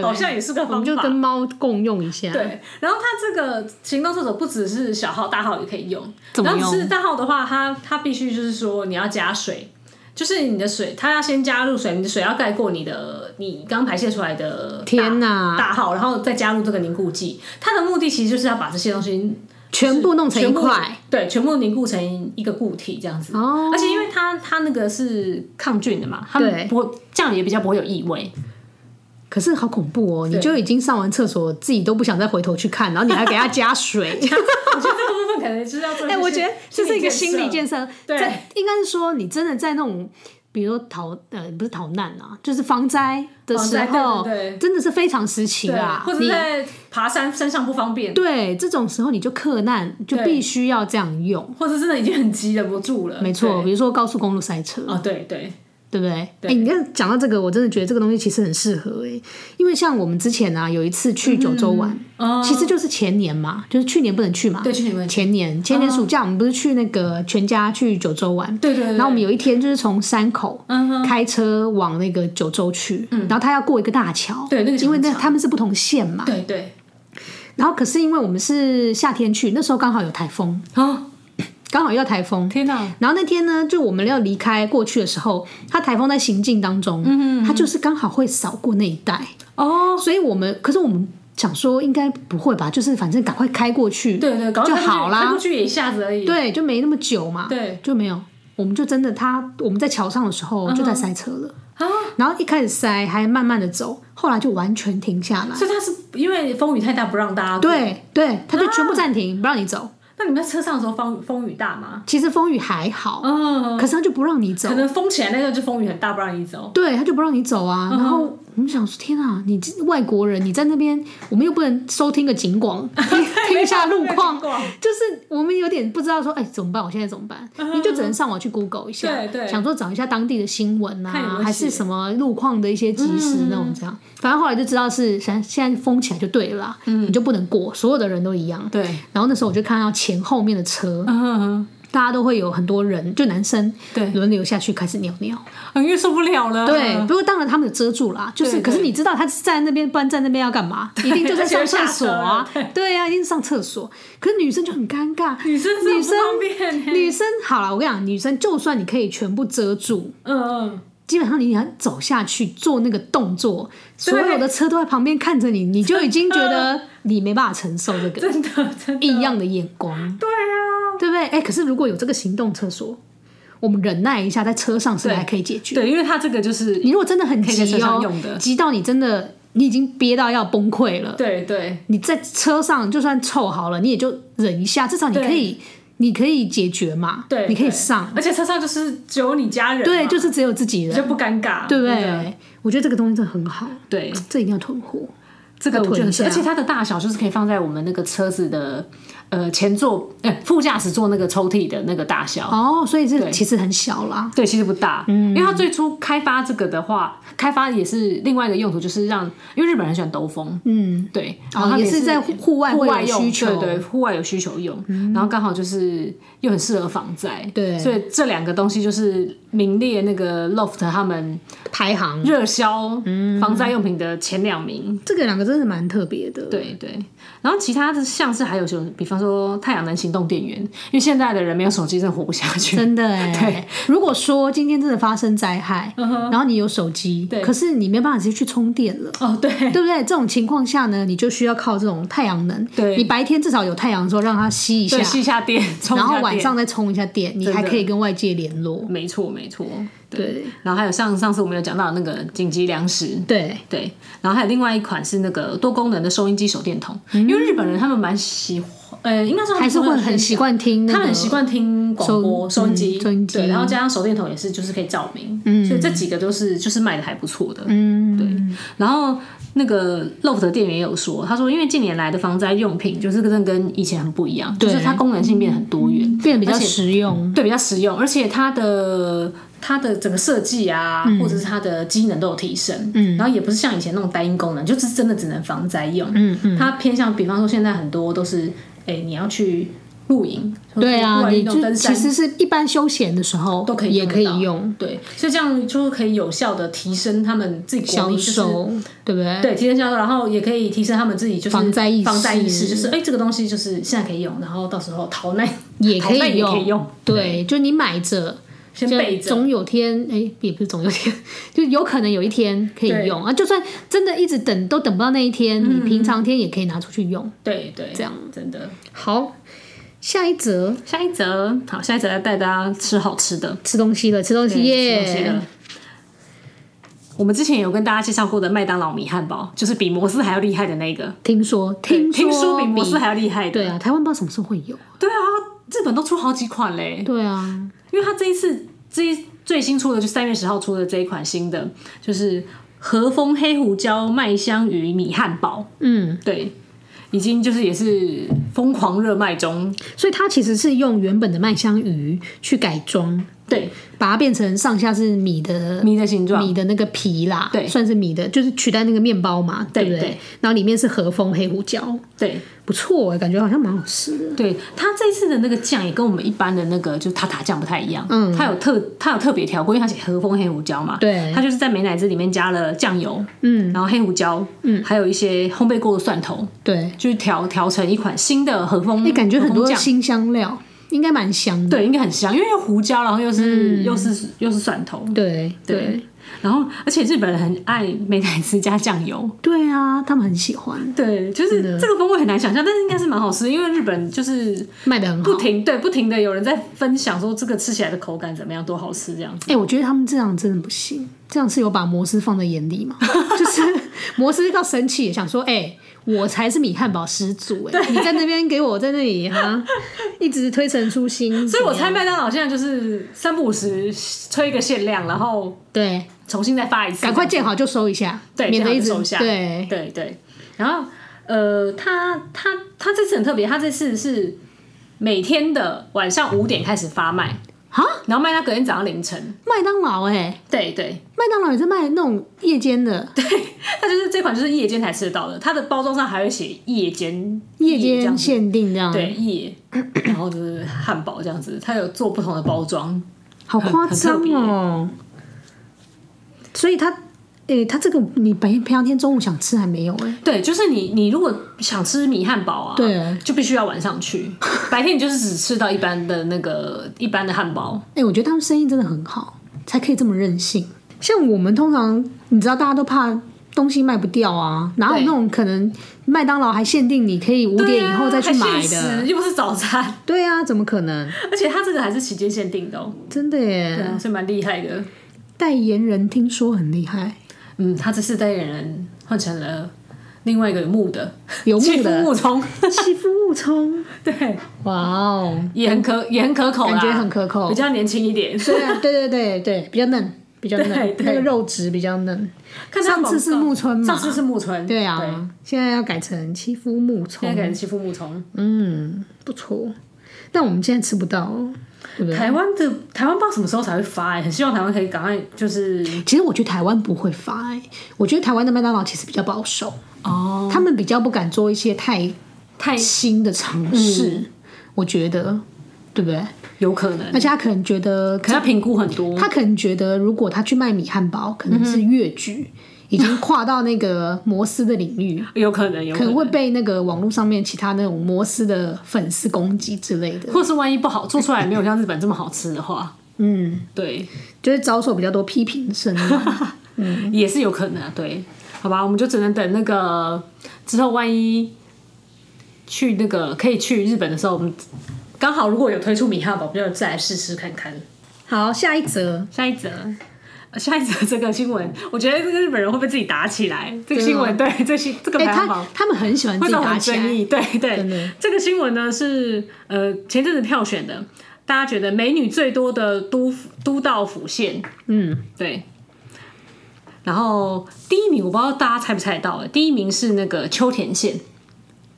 [SPEAKER 1] 不对
[SPEAKER 2] 好像也是个
[SPEAKER 1] 我
[SPEAKER 2] 方
[SPEAKER 1] 们就跟
[SPEAKER 2] 法。
[SPEAKER 1] 猫共用一下。，
[SPEAKER 2] 对，然后它这个行动厕所不只是小号、大号也可以用。
[SPEAKER 1] 怎么
[SPEAKER 2] 然
[SPEAKER 1] 用
[SPEAKER 2] 后只是大号的话，它它必须就是说你要加水，就是你的水，它要先加入水，你的水要盖过你的你刚排泄出来的大
[SPEAKER 1] 天哪
[SPEAKER 2] 大号，然后再加入这个凝固剂。它的目的其实就是要把这些东西
[SPEAKER 1] 全部弄成一
[SPEAKER 2] 全部
[SPEAKER 1] 块，，
[SPEAKER 2] 对，全部凝固成一个固体这样子。
[SPEAKER 1] 哦
[SPEAKER 2] 而且因为它它那个是抗菌的嘛，它
[SPEAKER 1] 对 *laughs*
[SPEAKER 2] 不这样也比较不会有异味。
[SPEAKER 1] 可是好恐怖哦！你就已经上完厕所，自己都不想再回头去看，然后你还给它加
[SPEAKER 2] *laughs*
[SPEAKER 1] 水。
[SPEAKER 2] 我觉得这个部分可能就是要做一些心理建设。
[SPEAKER 1] 哎，我觉得这是一个心理建设。
[SPEAKER 2] 对
[SPEAKER 1] 在，应该是说你真的在那种，比如说逃呃不是逃难啊，就是防灾的
[SPEAKER 2] 防
[SPEAKER 1] 时
[SPEAKER 2] 灾
[SPEAKER 1] 候，
[SPEAKER 2] 对对对
[SPEAKER 1] 真的是非常时期
[SPEAKER 2] 对啊
[SPEAKER 1] 啦。
[SPEAKER 2] 或者
[SPEAKER 1] 啊你
[SPEAKER 2] 在爬山山上不方便，
[SPEAKER 1] 对这种时候你就克难，就
[SPEAKER 2] 对
[SPEAKER 1] 必须要这样用。
[SPEAKER 2] 或者真的已经很急忍不住了。
[SPEAKER 1] 没错，
[SPEAKER 2] 对
[SPEAKER 1] 比如说高速公路塞车，
[SPEAKER 2] 哦，对对
[SPEAKER 1] 对不对？哎、你看讲到这个，我真的觉得这个东西其实很适合哎、因为像我们之前啊有一次去九州玩，
[SPEAKER 2] 哦
[SPEAKER 1] 其实就是前年嘛，就是去年不能去嘛，
[SPEAKER 2] 对，去你们
[SPEAKER 1] 前年前年暑假我们不是去那个全家去九州玩，
[SPEAKER 2] 对对对
[SPEAKER 1] 然后我们有一天就是从山口
[SPEAKER 2] 嗯
[SPEAKER 1] 开车往那个九州去，然后他要过一个大桥，
[SPEAKER 2] 对那个
[SPEAKER 1] 因为那
[SPEAKER 2] 小桥
[SPEAKER 1] 他们是不同县嘛，
[SPEAKER 2] 对对
[SPEAKER 1] 然后可是因为我们是夏天去，那时候刚好有台风，
[SPEAKER 2] 哦，
[SPEAKER 1] 刚好要台风，
[SPEAKER 2] 天哪！
[SPEAKER 1] 嗯然后那啊天呢，就我们要离开过去的时候，它台风在行进当
[SPEAKER 2] 嗯
[SPEAKER 1] 中，它就是刚好会扫过那一带，
[SPEAKER 2] 哦，
[SPEAKER 1] 所以我们可是我们想说应该不会吧，就是反正赶快开过去，
[SPEAKER 2] 对对，搞
[SPEAKER 1] 就好
[SPEAKER 2] 看
[SPEAKER 1] 啦
[SPEAKER 2] 过，去也一下子而已。
[SPEAKER 1] 对，就没那么久嘛，
[SPEAKER 2] 对嗯
[SPEAKER 1] 就没有，我们就真的它我们在桥上的时候就在塞车了，
[SPEAKER 2] 啊，
[SPEAKER 1] 然后一开始塞还慢慢的走，后来就完全停下来，
[SPEAKER 2] 所以他是因为风雨太大不让大家过。
[SPEAKER 1] 对对，它就全部暂停、不让你走，
[SPEAKER 2] 那你们在车上的时候风风雨大吗？
[SPEAKER 1] 其实风雨还好，
[SPEAKER 2] 嗯，
[SPEAKER 1] 可是它就不让你走
[SPEAKER 2] 可。能风起来那时候就风雨很大，不让你走。
[SPEAKER 1] 对，他就不让你走啊。
[SPEAKER 2] 嗯
[SPEAKER 1] 然后我们想说，天啊，你这外国人，你在那边，我们又不能收听个警
[SPEAKER 2] *laughs*
[SPEAKER 1] 广，听听一下路况
[SPEAKER 2] 没有听过，
[SPEAKER 1] 就是我们有点不知道说，哎，怎么办？我现在怎么办？
[SPEAKER 2] 嗯
[SPEAKER 1] 你就只能上网去 Google 一下，
[SPEAKER 2] 对对
[SPEAKER 1] 想说找一下当地的新闻
[SPEAKER 2] 看有没嗯
[SPEAKER 1] 啊
[SPEAKER 2] 有，
[SPEAKER 1] 还是
[SPEAKER 2] 写
[SPEAKER 1] 什么路况的一些即时那种这样。反正后来就知道是现在现在封起来就对了啦，
[SPEAKER 2] 嗯
[SPEAKER 1] 你就不能过，所有的人都一样。
[SPEAKER 2] 对，
[SPEAKER 1] 然后那时候我就看到前后面的车，
[SPEAKER 2] 嗯，
[SPEAKER 1] 大家都会有很多人，就男生
[SPEAKER 2] 对
[SPEAKER 1] 轮流下去开始尿尿。
[SPEAKER 2] 嗯，因为受不了了。
[SPEAKER 1] 对，不过当然他们有遮住啦，就是
[SPEAKER 2] 嗯对
[SPEAKER 1] 可是你知道他是站在那边，不然站那边要干
[SPEAKER 2] *laughs*
[SPEAKER 1] 嘛？一定就是上厕所
[SPEAKER 2] 而
[SPEAKER 1] 啊
[SPEAKER 2] 且又下车了，
[SPEAKER 1] 对啊，一定是上厕所。可是女生就很尴尬，
[SPEAKER 2] 女生真的
[SPEAKER 1] 女
[SPEAKER 2] 不
[SPEAKER 1] 生
[SPEAKER 2] 方便欸
[SPEAKER 1] 女生好了，我跟你讲，女生就算你可以全部遮住，
[SPEAKER 2] 嗯嗯，
[SPEAKER 1] 基本上你想走下去做那个动作，所
[SPEAKER 2] 对
[SPEAKER 1] 有的车都在旁边看着你，你就已经觉
[SPEAKER 2] *laughs*
[SPEAKER 1] 得你没办法承受这个
[SPEAKER 2] 真的真的。
[SPEAKER 1] 异样的眼光，
[SPEAKER 2] 对啊，
[SPEAKER 1] 对不对？哎，可是如果有这个行动厕所，我们忍耐一下，在车上是不是还可以解决？
[SPEAKER 2] 对，因为他这个就是
[SPEAKER 1] 你如果真的很
[SPEAKER 2] 可以在
[SPEAKER 1] 急
[SPEAKER 2] 车上
[SPEAKER 1] 哦
[SPEAKER 2] 用的，
[SPEAKER 1] 急到你真的你已经憋到要崩溃了，
[SPEAKER 2] 对对
[SPEAKER 1] 你在车上就算臭好了，你也就忍一下，至少你
[SPEAKER 2] 对
[SPEAKER 1] 可以你可以解决嘛，
[SPEAKER 2] 对，
[SPEAKER 1] 你可以
[SPEAKER 2] 对
[SPEAKER 1] 上，，
[SPEAKER 2] 而且车上就是只有你家人嘛，
[SPEAKER 1] 对，就是只有自己
[SPEAKER 2] 比较
[SPEAKER 1] 人，
[SPEAKER 2] 不尴尬，
[SPEAKER 1] 对不
[SPEAKER 2] 真的？
[SPEAKER 1] 对？我觉得这个东西真的很好，
[SPEAKER 2] 对，
[SPEAKER 1] 这一定要囤货。
[SPEAKER 2] 这个我觉
[SPEAKER 1] 要囤一
[SPEAKER 2] 得很
[SPEAKER 1] 下
[SPEAKER 2] 而且它的大小就是可以放在我们那个车子的呃前座，呃副驾驶座那个抽屉的那个大小。
[SPEAKER 1] 哦，所以这其实很小啦，
[SPEAKER 2] 对，其实不大，嗯，因为它最初开发这个的话，开发也是另外一个用途，就是让，因为日本人喜欢兜风，
[SPEAKER 1] 嗯，
[SPEAKER 2] 对，然后
[SPEAKER 1] 哦，
[SPEAKER 2] 它
[SPEAKER 1] 也
[SPEAKER 2] 是
[SPEAKER 1] 是在户户外
[SPEAKER 2] 户
[SPEAKER 1] 会
[SPEAKER 2] 外
[SPEAKER 1] 有
[SPEAKER 2] 用
[SPEAKER 1] 需求，嗯
[SPEAKER 2] 对对，户外有需求用，然后刚好就是又很适合防灾，
[SPEAKER 1] 对
[SPEAKER 2] 所以这两个东西就是名列那个 Loft 他们
[SPEAKER 1] 排行。
[SPEAKER 2] 热销防灾用品的前两名。
[SPEAKER 1] 这个两个真的蛮特别的，
[SPEAKER 2] 对对，然后其他的像是还有什么，比方说太阳能行动电源，因为现在的人没有手机真的活不下去。
[SPEAKER 1] 真的
[SPEAKER 2] *laughs*
[SPEAKER 1] 哎、如果说今天真的发生灾害，
[SPEAKER 2] 嗯
[SPEAKER 1] 然后你有手机，可是你没办法直接去充电了。
[SPEAKER 2] 哦， *laughs* 对
[SPEAKER 1] 对不对？这种情况下呢，你就需要靠这种太阳能。
[SPEAKER 2] 对
[SPEAKER 1] 你白天至少有太阳的时候让它吸一下
[SPEAKER 2] 对，，吸一下电，充一
[SPEAKER 1] 啊然
[SPEAKER 2] 下
[SPEAKER 1] 后
[SPEAKER 2] 电嗯
[SPEAKER 1] 晚上再充一下电，你还可以跟外界联络。
[SPEAKER 2] 没错没错。
[SPEAKER 1] 对
[SPEAKER 2] 然后还有上上次我们有讲到那个紧急粮食，
[SPEAKER 1] 对，
[SPEAKER 2] 对，然后还有另外一款是那个多功能的收音机手电筒，因为日本人他们蛮喜欢，呃，应该说他们
[SPEAKER 1] 嗯还是会很习惯听、那个
[SPEAKER 2] 他们很习惯听广播、
[SPEAKER 1] 收
[SPEAKER 2] 收音机、
[SPEAKER 1] 嗯收音机
[SPEAKER 2] 对，然后加上手电筒也是，就是可以照明，嗯，所以这几个都是就是卖的还不错的，嗯，对。然后那个 LOFT 的店员也有说，他说因为近年来的防灾用品就是真的跟以前很不一样，就是它功能性变得很多元，
[SPEAKER 1] 嗯变得比较
[SPEAKER 2] 而且
[SPEAKER 1] 实用。
[SPEAKER 2] 对，比较实用，而且它的它的整个设计啊，
[SPEAKER 1] 嗯
[SPEAKER 2] 或者是它的机能都有提升，嗯，然后也不是像以前那种单一功能，就是真的只能防灾用，嗯嗯，它偏向，比方说现在很多都是，哎、你要去露营，
[SPEAKER 1] 对
[SPEAKER 2] 或
[SPEAKER 1] 啊，
[SPEAKER 2] 者
[SPEAKER 1] 你
[SPEAKER 2] 是户外运动
[SPEAKER 1] 就
[SPEAKER 2] 登
[SPEAKER 1] 其
[SPEAKER 2] 山。
[SPEAKER 1] 实是一般休闲的时候
[SPEAKER 2] 都可以
[SPEAKER 1] 也
[SPEAKER 2] 用得
[SPEAKER 1] 可
[SPEAKER 2] 到
[SPEAKER 1] 以用
[SPEAKER 2] 对，所以这样就可以有效的提升他们自己国
[SPEAKER 1] 销
[SPEAKER 2] 民就是
[SPEAKER 1] 售，对不对？
[SPEAKER 2] 对提升销售，然后也可以提升他们自己就是
[SPEAKER 1] 防灾意识
[SPEAKER 2] 防灾意识就是哎、这个东西就是现在可以用，然后到时候逃难
[SPEAKER 1] 也
[SPEAKER 2] 逃
[SPEAKER 1] 可
[SPEAKER 2] 难
[SPEAKER 1] 以
[SPEAKER 2] 也
[SPEAKER 1] 用，
[SPEAKER 2] 可以用，
[SPEAKER 1] 对，就你买着。
[SPEAKER 2] 先
[SPEAKER 1] 就
[SPEAKER 2] 备着，
[SPEAKER 1] 总有天，哎、也不是总有天， *laughs* 就有可能有一天可以用啊。就算真的一直等都等不到那一天，你平
[SPEAKER 2] 嗯
[SPEAKER 1] 常天也可以拿出去用。
[SPEAKER 2] 对对，
[SPEAKER 1] 这样
[SPEAKER 2] 真的。
[SPEAKER 1] 好，下一则
[SPEAKER 2] 下一则，好，下一则来带大家吃好吃的。
[SPEAKER 1] 吃东西了，吃东西
[SPEAKER 2] 对吃东西
[SPEAKER 1] 耶
[SPEAKER 2] 的！我们之前有跟大家介绍过的麦当劳米汉堡，就是比摩斯还要厉害的那个，
[SPEAKER 1] 听说
[SPEAKER 2] 对
[SPEAKER 1] 听
[SPEAKER 2] 听说
[SPEAKER 1] 说
[SPEAKER 2] 比摩斯还要厉害的。
[SPEAKER 1] 对啊，台湾不知道什么时候会有。
[SPEAKER 2] 对啊，日本都出好几款嘞，
[SPEAKER 1] 对啊，
[SPEAKER 2] 因为它这一次这一最新出的就三月十号出的这一款新的，就是和风黑胡椒麦香鱼米汉堡，
[SPEAKER 1] 嗯，
[SPEAKER 2] 对，已经就是也是疯狂热卖中，
[SPEAKER 1] 所以它其实是用原本的麦香鱼去改装，
[SPEAKER 2] 对，
[SPEAKER 1] 把它变成上下是米的
[SPEAKER 2] 米的形状，
[SPEAKER 1] 米的那个皮啦，
[SPEAKER 2] 对
[SPEAKER 1] 算是米的，就是取代那个面包嘛，
[SPEAKER 2] 对
[SPEAKER 1] 不对？
[SPEAKER 2] 对
[SPEAKER 1] 然后里面是和风黑胡椒，
[SPEAKER 2] 对
[SPEAKER 1] 不错、欸，感觉好像蛮好吃的。
[SPEAKER 2] 对，它这次的那个酱也跟我们一般的那个就塔塔酱不太一样，
[SPEAKER 1] 嗯
[SPEAKER 2] 它有特它有特别调过，因为它写和风黑胡椒嘛，
[SPEAKER 1] 对
[SPEAKER 2] 它就是在美乃滋里面加了酱油，
[SPEAKER 1] 嗯，
[SPEAKER 2] 然后黑胡椒，嗯，还有一些烘焙过的蒜头，
[SPEAKER 1] 对，
[SPEAKER 2] 就是调调成一款新的和风，
[SPEAKER 1] 哎、感觉很
[SPEAKER 2] 和
[SPEAKER 1] 多
[SPEAKER 2] 风酱。
[SPEAKER 1] 新香料，应该蛮香的。
[SPEAKER 2] 对，应该很香，因为又胡椒，然后又
[SPEAKER 1] 嗯
[SPEAKER 2] 是、又是又是蒜头，
[SPEAKER 1] 对
[SPEAKER 2] 对，然后而且日本人很爱美乃滋加酱油，
[SPEAKER 1] 对啊，他们很喜欢，
[SPEAKER 2] 对，就是这个风味很难想象，但是应该是蛮好吃，因为日本就是
[SPEAKER 1] 卖的很好
[SPEAKER 2] 不。停对不停的有人在分享说这个吃起来的口感怎么样，多好吃这样子。
[SPEAKER 1] 哎、我觉得他们这样真的不行，这样是有把摩斯放在眼里嘛？ *laughs* 就是摩斯要生气，想说，哎、我才是米汉堡始祖、哎，你在那边给我在那里哈，一直推陈出新，
[SPEAKER 2] 所以我
[SPEAKER 1] 怎么
[SPEAKER 2] 猜
[SPEAKER 1] 样
[SPEAKER 2] 麦当劳现在就是三不五时吹一个限量，然后
[SPEAKER 1] 对，
[SPEAKER 2] 重新再发一次，
[SPEAKER 1] 赶快见好就收一下，
[SPEAKER 2] 对
[SPEAKER 1] 免得一直
[SPEAKER 2] 见好就收一下
[SPEAKER 1] 对，
[SPEAKER 2] 对对，然后呃，他他他这次很特别，他这次是每天的晚上五点开始发卖，
[SPEAKER 1] 哈，
[SPEAKER 2] 然后卖到隔天早上凌晨。
[SPEAKER 1] 麦当劳哎、
[SPEAKER 2] 对对，
[SPEAKER 1] 麦当劳也是卖那种夜间的，
[SPEAKER 2] 它就是这款就是夜间才吃得到的，它的包装上还会写夜间
[SPEAKER 1] 夜
[SPEAKER 2] 这样
[SPEAKER 1] 间
[SPEAKER 2] 子
[SPEAKER 1] 限定这样，，
[SPEAKER 2] 对夜，然后就是汉堡这样子，它有做不同的包装。
[SPEAKER 1] 好夸张哦。所以他，诶、他这个你白平常天中午想吃还没有哎、
[SPEAKER 2] 对，就是你你如果想吃米汉堡啊，
[SPEAKER 1] 对
[SPEAKER 2] 就必须要晚上去， *laughs* 白天你就是只吃到一般的那个一般的汉堡。
[SPEAKER 1] 哎、我觉得他们生意真的很好，才可以这么任性。像我们通常，你知道大家都怕东西卖不掉啊，哪有
[SPEAKER 2] 对
[SPEAKER 1] 那种可能麦当劳还限定你可以五点以后再去买
[SPEAKER 2] 对啊还限
[SPEAKER 1] 的？
[SPEAKER 2] 时又不是早餐， *laughs*
[SPEAKER 1] 对啊，怎么可能？
[SPEAKER 2] 而且它这个还是期间限定的哦，
[SPEAKER 1] 真的
[SPEAKER 2] 对
[SPEAKER 1] 耶！
[SPEAKER 2] 啊，所以蛮厉害的。
[SPEAKER 1] 代言人听说很厉
[SPEAKER 2] *laughs*
[SPEAKER 1] 害，
[SPEAKER 2] 嗯，他这次代言人换成了另外一个有木的，
[SPEAKER 1] 有
[SPEAKER 2] 欺
[SPEAKER 1] 木
[SPEAKER 2] 负
[SPEAKER 1] 的
[SPEAKER 2] 木冲，
[SPEAKER 1] 欺负木冲，
[SPEAKER 2] *laughs* 对，
[SPEAKER 1] 哇哦，
[SPEAKER 2] 也很可也很可口啦，
[SPEAKER 1] 感觉很可口
[SPEAKER 2] 比较年轻
[SPEAKER 1] *laughs*
[SPEAKER 2] 一点。
[SPEAKER 1] 对啊，对对对对，比较嫩，比较嫩
[SPEAKER 2] 对，对
[SPEAKER 1] 那个肉质比较嫩。
[SPEAKER 2] 看他
[SPEAKER 1] 上次是
[SPEAKER 2] 广告
[SPEAKER 1] 木村嘛
[SPEAKER 2] 上次是木村，
[SPEAKER 1] 对
[SPEAKER 2] 对
[SPEAKER 1] 啊，现在要改成欺负木
[SPEAKER 2] 现在改
[SPEAKER 1] 葱，
[SPEAKER 2] 成欺负木虫。
[SPEAKER 1] 嗯，不错。但我们现在吃不到哦，对不对？
[SPEAKER 2] 台湾的台湾不知道什么时候才会发、欸，很希望台湾可以赶快就是
[SPEAKER 1] 其实我觉得台湾不会发、欸，我觉得台湾的麦当劳其实比较保守，
[SPEAKER 2] 哦，
[SPEAKER 1] 他们比较不敢做一些太
[SPEAKER 2] 太嗯
[SPEAKER 1] 新的尝试，我觉得，对不对？
[SPEAKER 2] 有可能，
[SPEAKER 1] 而且他可能觉得，
[SPEAKER 2] 可能要评估很多。
[SPEAKER 1] 他可能觉得，如果他去卖米汉堡，可能是
[SPEAKER 2] 嗯
[SPEAKER 1] 越剧、已经跨到那个摩斯的领域，
[SPEAKER 2] 有可能，有
[SPEAKER 1] 可
[SPEAKER 2] 可
[SPEAKER 1] 能
[SPEAKER 2] 能，
[SPEAKER 1] 会被那个网络上面其他那种摩斯的粉丝攻击之类的，
[SPEAKER 2] 或是万一不好做出来没有像日本这么好吃的话，
[SPEAKER 1] 嗯，
[SPEAKER 2] 对，
[SPEAKER 1] 就是遭受比较多批评声
[SPEAKER 2] *laughs*
[SPEAKER 1] 音。
[SPEAKER 2] 也是有可能啊，对，好吧，我们就只能等那个之后，万一去那个可以去日本的时候，我们刚好如果有推出米汉堡，我们就再来试试看看。
[SPEAKER 1] 好，下一则，
[SPEAKER 2] 下一则，呃下一则这个新闻，我觉得这个日本人会不会自己打起来？这
[SPEAKER 1] 真
[SPEAKER 2] 个
[SPEAKER 1] 的
[SPEAKER 2] 新闻，对，啊这新这个
[SPEAKER 1] 哎、
[SPEAKER 2] 排行榜
[SPEAKER 1] 他。他们很喜欢自
[SPEAKER 2] 会
[SPEAKER 1] 己
[SPEAKER 2] 造
[SPEAKER 1] 打
[SPEAKER 2] 成
[SPEAKER 1] 起来
[SPEAKER 2] 争，议，对
[SPEAKER 1] 真
[SPEAKER 2] 对
[SPEAKER 1] 的。
[SPEAKER 2] 这个新闻呢是呃前阵子票选的，大家觉得美女最多的都府都道府县，
[SPEAKER 1] 嗯，
[SPEAKER 2] 对。然后第一名我不知道大家猜不猜得到，第一名是那个秋田县，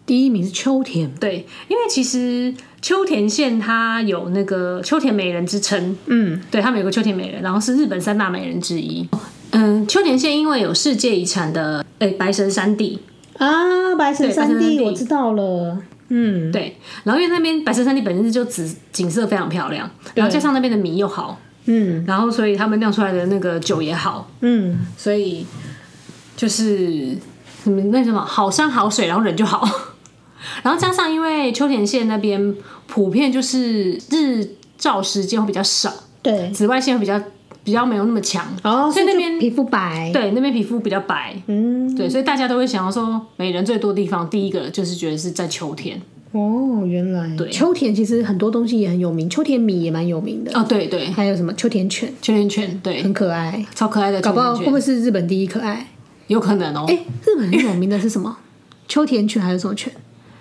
[SPEAKER 1] 第一名是秋田，
[SPEAKER 2] 对，因为其实秋田县它有那个秋田美人之称，
[SPEAKER 1] 嗯，
[SPEAKER 2] 对，他们有个秋田美人，然后是日本三大美人之一。嗯，秋田县因为有世界遗产的诶、白神山地，
[SPEAKER 1] 啊，白神
[SPEAKER 2] 山地
[SPEAKER 1] 山地，我
[SPEAKER 2] 我知
[SPEAKER 1] 知道了。嗯，
[SPEAKER 2] 对，然后因为那边白神山地本身就紫景色非常漂亮，然后加上那边的米又好，
[SPEAKER 1] 嗯
[SPEAKER 2] 然后所以他们酿出来的那个酒也好，
[SPEAKER 1] 嗯，
[SPEAKER 2] 所以就是什么那什么好山好水，然后人就好， *laughs* 然后加上因为秋田县那边普遍就是日照时间会比较少，
[SPEAKER 1] 对。
[SPEAKER 2] 紫外线会比较比较没有那么强，
[SPEAKER 1] 哦，
[SPEAKER 2] 所以那
[SPEAKER 1] 就
[SPEAKER 2] 边
[SPEAKER 1] 皮肤白，
[SPEAKER 2] 对那边皮肤比较白，
[SPEAKER 1] 嗯，
[SPEAKER 2] 对，所以大家都会想要说，美人最多的地方，第一个就是觉得是在秋天，
[SPEAKER 1] 哦，原来
[SPEAKER 2] 对
[SPEAKER 1] 秋田其实很多东西也很有名，秋田米也蛮有名的，
[SPEAKER 2] 哦，对对，
[SPEAKER 1] 还有什么秋田犬
[SPEAKER 2] 秋田犬，对
[SPEAKER 1] 很，可爱，
[SPEAKER 2] 超可爱的
[SPEAKER 1] 搞
[SPEAKER 2] 秋
[SPEAKER 1] 不好
[SPEAKER 2] 田
[SPEAKER 1] 会不
[SPEAKER 2] 犬，
[SPEAKER 1] 会是日本第一可爱？
[SPEAKER 2] 有可能哦
[SPEAKER 1] 哎、，日本很有名的是什么？ *laughs* 秋田犬还是什么犬？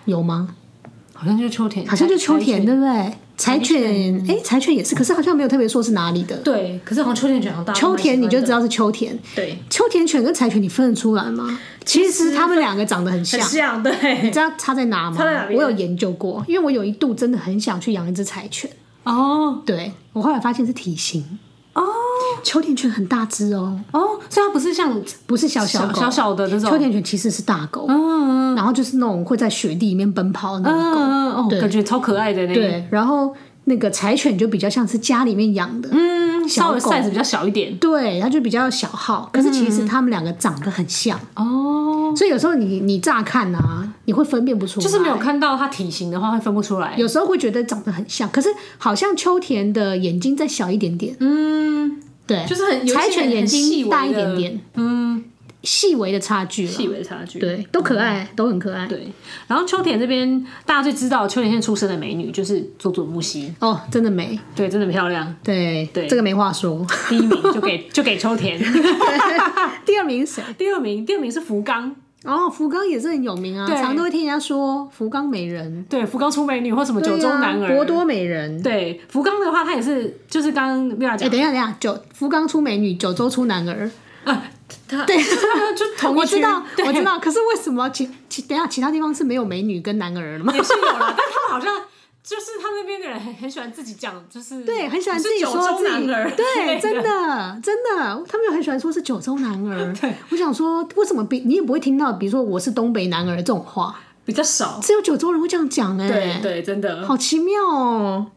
[SPEAKER 1] 有吗？
[SPEAKER 2] 好像就是秋田，
[SPEAKER 1] 好像就秋
[SPEAKER 2] 柴
[SPEAKER 1] 田，，对不对？柴犬，哎，柴犬也是，可是好像没有特别说是哪里的。
[SPEAKER 2] 嗯对，可是好像秋田犬好像大家都
[SPEAKER 1] 秋
[SPEAKER 2] 蛮喜欢
[SPEAKER 1] 田你就
[SPEAKER 2] 的
[SPEAKER 1] 知道是秋田，
[SPEAKER 2] 对，
[SPEAKER 1] 秋田犬跟柴犬你分得出来吗？其实它们两个长得很像
[SPEAKER 2] 很，像，对
[SPEAKER 1] 你，知道差在哪吗？
[SPEAKER 2] 差在哪边
[SPEAKER 1] 我有研究过，因为我有一度真的很想去养一只柴犬，
[SPEAKER 2] 哦
[SPEAKER 1] 对我后来发现是体型，
[SPEAKER 2] 哦
[SPEAKER 1] 秋田犬很大只哦，
[SPEAKER 2] 哦，所以它不是像
[SPEAKER 1] 不是小
[SPEAKER 2] 小
[SPEAKER 1] 狗，
[SPEAKER 2] 小小的那种，
[SPEAKER 1] 秋田犬其实是大狗，
[SPEAKER 2] 嗯嗯
[SPEAKER 1] 然后就是那种会在雪地里面奔跑的那种
[SPEAKER 2] 嗯
[SPEAKER 1] 狗，
[SPEAKER 2] 嗯，哦，感觉超可爱的呢，，
[SPEAKER 1] 对，然后那个柴犬就比较像是家里面养的，
[SPEAKER 2] 嗯，稍微
[SPEAKER 1] 小狗
[SPEAKER 2] size 比较小一点，
[SPEAKER 1] 对，它就比较小号。可
[SPEAKER 2] 嗯
[SPEAKER 1] 是其实它们两个长得很像，
[SPEAKER 2] 哦，
[SPEAKER 1] 所以有时候你你乍看啊，你会分辨不出来，
[SPEAKER 2] 就是没有。看到它体型的话会分不出来，
[SPEAKER 1] 有时候会觉得长得很像，可是好像秋田的眼睛再小一点点，
[SPEAKER 2] 嗯，
[SPEAKER 1] 对，
[SPEAKER 2] 就是很有一些
[SPEAKER 1] 柴犬眼
[SPEAKER 2] 很细
[SPEAKER 1] 睛
[SPEAKER 2] 微的
[SPEAKER 1] 大一点点，
[SPEAKER 2] 嗯，
[SPEAKER 1] 细微的差距
[SPEAKER 2] 细
[SPEAKER 1] 了。
[SPEAKER 2] 微的差距，
[SPEAKER 1] 对，都可爱，都很可爱。
[SPEAKER 2] 对，然后秋田这边大家最知道秋田县出生的美女就是佐佐木希，
[SPEAKER 1] 哦，真的美，
[SPEAKER 2] 对，真的漂亮，
[SPEAKER 1] 对，
[SPEAKER 2] 对
[SPEAKER 1] 这个没话说。
[SPEAKER 2] 第一名就 *laughs* 给就给秋田，
[SPEAKER 1] *laughs* 第二名是谁？
[SPEAKER 2] 第二名第二名是福冈，
[SPEAKER 1] 哦，福冈也是很有名啊，
[SPEAKER 2] 对
[SPEAKER 1] 常都会听人家说福冈美人。
[SPEAKER 2] 对，福冈出美女或什么九州男
[SPEAKER 1] 对啊
[SPEAKER 2] 儿，
[SPEAKER 1] 博多美人。
[SPEAKER 2] 对，福冈的话他也是就是刚刚 Vera
[SPEAKER 1] 哎、
[SPEAKER 2] 讲
[SPEAKER 1] 等一下，等一下，九福冈出美女，九州出男儿。
[SPEAKER 2] 啊，他对，就同一
[SPEAKER 1] 我知
[SPEAKER 2] 区
[SPEAKER 1] 道，
[SPEAKER 2] 对
[SPEAKER 1] 我知道。可是为什么其其等一下其他地方是没有美女跟男儿的吗？
[SPEAKER 2] 也是有了，但他们好像。就是他那边的人很很喜欢自己讲，就是
[SPEAKER 1] 对，很喜欢
[SPEAKER 2] 我是
[SPEAKER 1] 自己
[SPEAKER 2] 九
[SPEAKER 1] 说
[SPEAKER 2] 州
[SPEAKER 1] 自己
[SPEAKER 2] 男 *laughs* 儿，
[SPEAKER 1] 对，真的真的，他们又很喜欢说是九州男
[SPEAKER 2] *laughs*
[SPEAKER 1] 儿。我想说，为什么比你也不会听到，比如说我是东北男儿这种话，
[SPEAKER 2] 比较少，
[SPEAKER 1] 只有九州人会这样讲哎、
[SPEAKER 2] 对对，真的。
[SPEAKER 1] 好奇妙哦。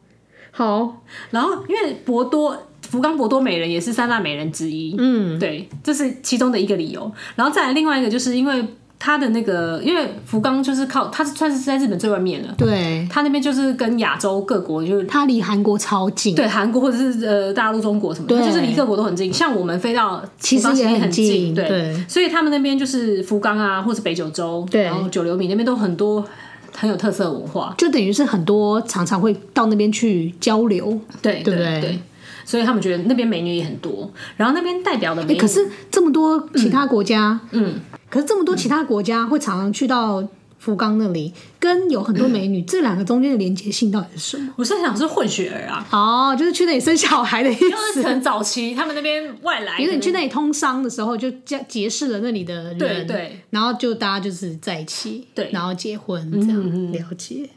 [SPEAKER 1] 好，
[SPEAKER 2] 然后因为博多福冈博多美人也是三大美人之一，嗯，对，这是其中的一个理由。然后再来另外一个，就是因为它的那个，因为福冈就是靠它是算是在日本最外面了，
[SPEAKER 1] 对，
[SPEAKER 2] 它那边就是跟亚洲各国就是。
[SPEAKER 1] 他离韩国超近，
[SPEAKER 2] 对韩国或者是呃大陆、中国什么的，它
[SPEAKER 1] 对
[SPEAKER 2] 就是离各国都很近。像我们飞到
[SPEAKER 1] 其实
[SPEAKER 2] 福冈
[SPEAKER 1] 也
[SPEAKER 2] 很
[SPEAKER 1] 很近
[SPEAKER 2] 对，
[SPEAKER 1] 对
[SPEAKER 2] 所以他们那边就是福冈啊，或是北九州，
[SPEAKER 1] 对
[SPEAKER 2] 然后九流米那边都很多很有特色的文化，
[SPEAKER 1] 就等于是很多常常会到那边去交流。
[SPEAKER 2] 对
[SPEAKER 1] 对不对
[SPEAKER 2] 对对，所以他们觉得那边美女也很多，然后那边代表的美
[SPEAKER 1] 欸
[SPEAKER 2] 女，
[SPEAKER 1] 可是这么多其他国家，
[SPEAKER 2] 嗯，
[SPEAKER 1] 可是这么多其他国家会常常去到福冈那里，跟有很多美女，这两个中间的连接性到底是什么？
[SPEAKER 2] 我是想说混血儿啊，
[SPEAKER 1] 哦，就是去那里生小孩的意
[SPEAKER 2] 就
[SPEAKER 1] 思。
[SPEAKER 2] 是很早期他们那边外来，
[SPEAKER 1] 比如你去那里通商的时候，就结结识了那里的人，
[SPEAKER 2] 对对，
[SPEAKER 1] 然后就大家就是在一起，
[SPEAKER 2] 对嗯
[SPEAKER 1] 然后结婚这样，了解。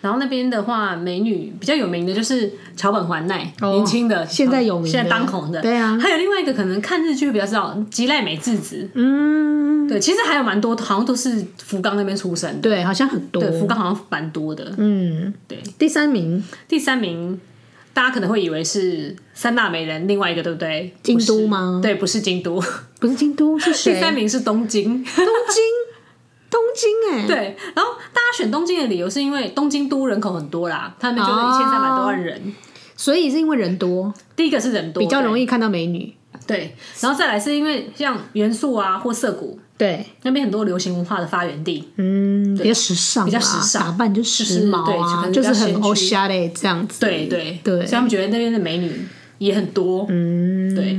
[SPEAKER 2] 然后那边的话，美女比较有名的就是桥本环奈，
[SPEAKER 1] 哦
[SPEAKER 2] 年轻的，
[SPEAKER 1] 现在有名的
[SPEAKER 2] 现在当红的，
[SPEAKER 1] 对啊
[SPEAKER 2] 还有另外一个可能看日剧会比较知道，吉濑美智子，
[SPEAKER 1] 嗯，
[SPEAKER 2] 对，其实还有蛮多，好像都是福冈那边出生的，
[SPEAKER 1] 对，好像很多
[SPEAKER 2] 对，。福冈好像蛮多的。
[SPEAKER 1] 嗯，
[SPEAKER 2] 对，
[SPEAKER 1] 第三名
[SPEAKER 2] 第三名。大家可能会以为是三大美人，另外一个对不对？
[SPEAKER 1] 京
[SPEAKER 2] 不
[SPEAKER 1] 都
[SPEAKER 2] 是
[SPEAKER 1] 吗
[SPEAKER 2] 对，不是京都。
[SPEAKER 1] 不是京都，是谁？
[SPEAKER 2] 第三名是东京。
[SPEAKER 1] 东京， *laughs* 东京、欸，哎，
[SPEAKER 2] 对，然后大家选东京的理由是因为东京都人口很多啦，他们就是一千三百多万人。
[SPEAKER 1] 所以是因为人多，
[SPEAKER 2] 第一个是人
[SPEAKER 1] 哦
[SPEAKER 2] 多，
[SPEAKER 1] 比较容
[SPEAKER 2] 易
[SPEAKER 1] 易看到美女。
[SPEAKER 2] 对，然后再来是因为像元素啊或涩谷
[SPEAKER 1] 对，
[SPEAKER 2] 那边很多流行文化的发源地，
[SPEAKER 1] 嗯，比较时尚啊，比
[SPEAKER 2] 较时尚
[SPEAKER 1] 打扮就时髦啊，
[SPEAKER 2] 就是对就可能比
[SPEAKER 1] 就
[SPEAKER 2] 较
[SPEAKER 1] 是
[SPEAKER 2] 先
[SPEAKER 1] 很
[SPEAKER 2] 驱
[SPEAKER 1] 欧夏嘞这样子。
[SPEAKER 2] 对对
[SPEAKER 1] 对
[SPEAKER 2] 所以他们觉得那边的美女也很多，嗯，对。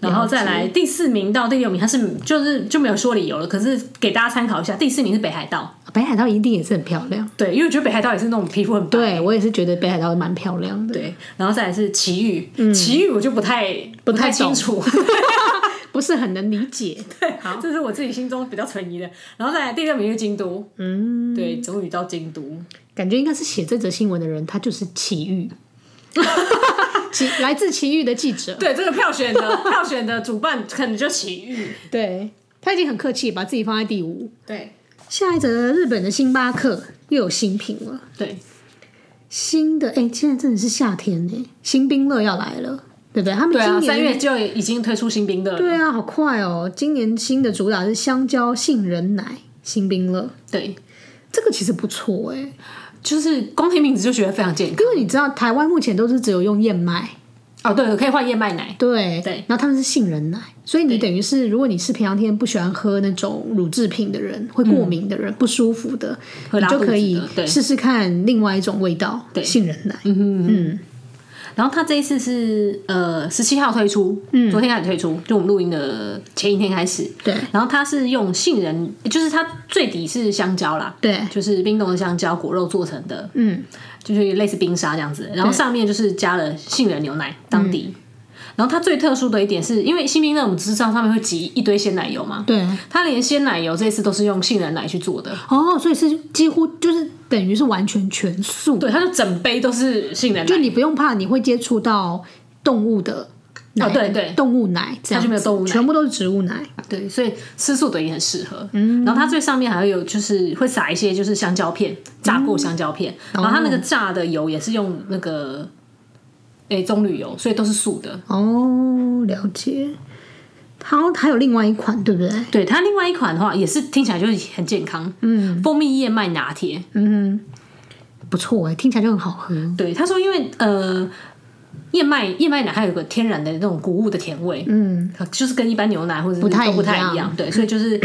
[SPEAKER 2] 然后再来第四名到第六名，它是就是就没有说理由了，可是给大家参考一下。第四名是北海道，
[SPEAKER 1] 北海道一定也是很漂亮。
[SPEAKER 2] 对，因为我觉得北海道也是那种皮肤很白，
[SPEAKER 1] 对我也是觉得北海道蛮漂亮的，
[SPEAKER 2] 对，然后再来是奇遇，奇遇我就不太不
[SPEAKER 1] 嗯太
[SPEAKER 2] 清
[SPEAKER 1] 懂
[SPEAKER 2] 楚，
[SPEAKER 1] *laughs* 不是很能理解。
[SPEAKER 2] 好， *laughs* 这是我自己心中比较存疑的。然后再来第六名是京都，嗯，对，终于到京都，
[SPEAKER 1] 感觉应该是写这则新闻的人，他就是奇
[SPEAKER 2] *laughs*
[SPEAKER 1] 遇，奇来自奇遇的记者。
[SPEAKER 2] 对，这个票选的票选的主办可能就奇遇，
[SPEAKER 1] 对他已经很客气，把自己放在第五。
[SPEAKER 2] 对
[SPEAKER 1] 下一则，日本的星巴克又有新品了。
[SPEAKER 2] 对，
[SPEAKER 1] 新的哎、现在真的是夏天哎、新冰乐要来了，对不对？他们
[SPEAKER 2] 对
[SPEAKER 1] 今
[SPEAKER 2] 啊，
[SPEAKER 1] 年
[SPEAKER 2] 三月就已经推出新兵的了，
[SPEAKER 1] 对啊好快哦！今年新的主打是香蕉杏仁奶新冰乐，
[SPEAKER 2] 对，
[SPEAKER 1] 这个其实不错哎、
[SPEAKER 2] 就是光听名字就觉得非常健康
[SPEAKER 1] 因为你知道台湾目前都是只有用燕麦
[SPEAKER 2] 哦，对，可以换燕麦奶。
[SPEAKER 1] 对
[SPEAKER 2] 对
[SPEAKER 1] 然后他们是杏仁奶，所以你等于是，如果你是平常天不喜欢喝那种乳制品的人，会过敏的人，不舒服的，
[SPEAKER 2] 嗯会
[SPEAKER 1] 你
[SPEAKER 2] 拉
[SPEAKER 1] 就可以
[SPEAKER 2] 肚子的对
[SPEAKER 1] 试试看另外一种味道，
[SPEAKER 2] 对
[SPEAKER 1] 杏仁奶。
[SPEAKER 2] 嗯哼
[SPEAKER 1] 嗯，
[SPEAKER 2] 然后它这一次是呃十七号推出，嗯，昨天开始推出，就我们录音的前一天开始。
[SPEAKER 1] 对
[SPEAKER 2] 然后它是用杏仁，就是它最底是香蕉啦，
[SPEAKER 1] 对，
[SPEAKER 2] 就是冰冻的香蕉果肉做成的，
[SPEAKER 1] 嗯，
[SPEAKER 2] 就是类似冰沙这样子。然后上面就是加了杏仁牛奶当底。
[SPEAKER 1] 嗯
[SPEAKER 2] 然后它最特殊的一点是，因为新冰乐我们知道上面会挤一堆鲜奶油嘛，
[SPEAKER 1] 对。
[SPEAKER 2] 它连鲜奶油这次都是用杏仁奶去做的，
[SPEAKER 1] 哦，所以是几乎就是等于是完全全素，
[SPEAKER 2] 对，它就整杯都是杏仁奶
[SPEAKER 1] 就，你不用怕你会接触到动物的奶，
[SPEAKER 2] 哦对对
[SPEAKER 1] 动物奶这样
[SPEAKER 2] 它就没有
[SPEAKER 1] 子
[SPEAKER 2] 动物奶啊
[SPEAKER 1] 全部都是植物奶。
[SPEAKER 2] 对，所以吃素的也很适合。嗯，然后它最上面还会有就是会撒一些就是香蕉片，炸过香蕉片，
[SPEAKER 1] 嗯
[SPEAKER 2] 然后它那个炸的油也是用那个诶、棕榈油，所以都是素的。
[SPEAKER 1] 哦，了解。好，还有另外一款，对不对？
[SPEAKER 2] 对它另外一款的话，也是听起来就是很健康，嗯，蜂蜜燕麦拿铁。
[SPEAKER 1] 不错哎，听起来就很好喝。
[SPEAKER 2] 对，他说因为呃，燕麦燕麦奶它有个天然的那种谷物的甜味，嗯，就是跟一般牛奶或者是
[SPEAKER 1] 不太
[SPEAKER 2] 都不太
[SPEAKER 1] 一样
[SPEAKER 2] 一样，对，所以就是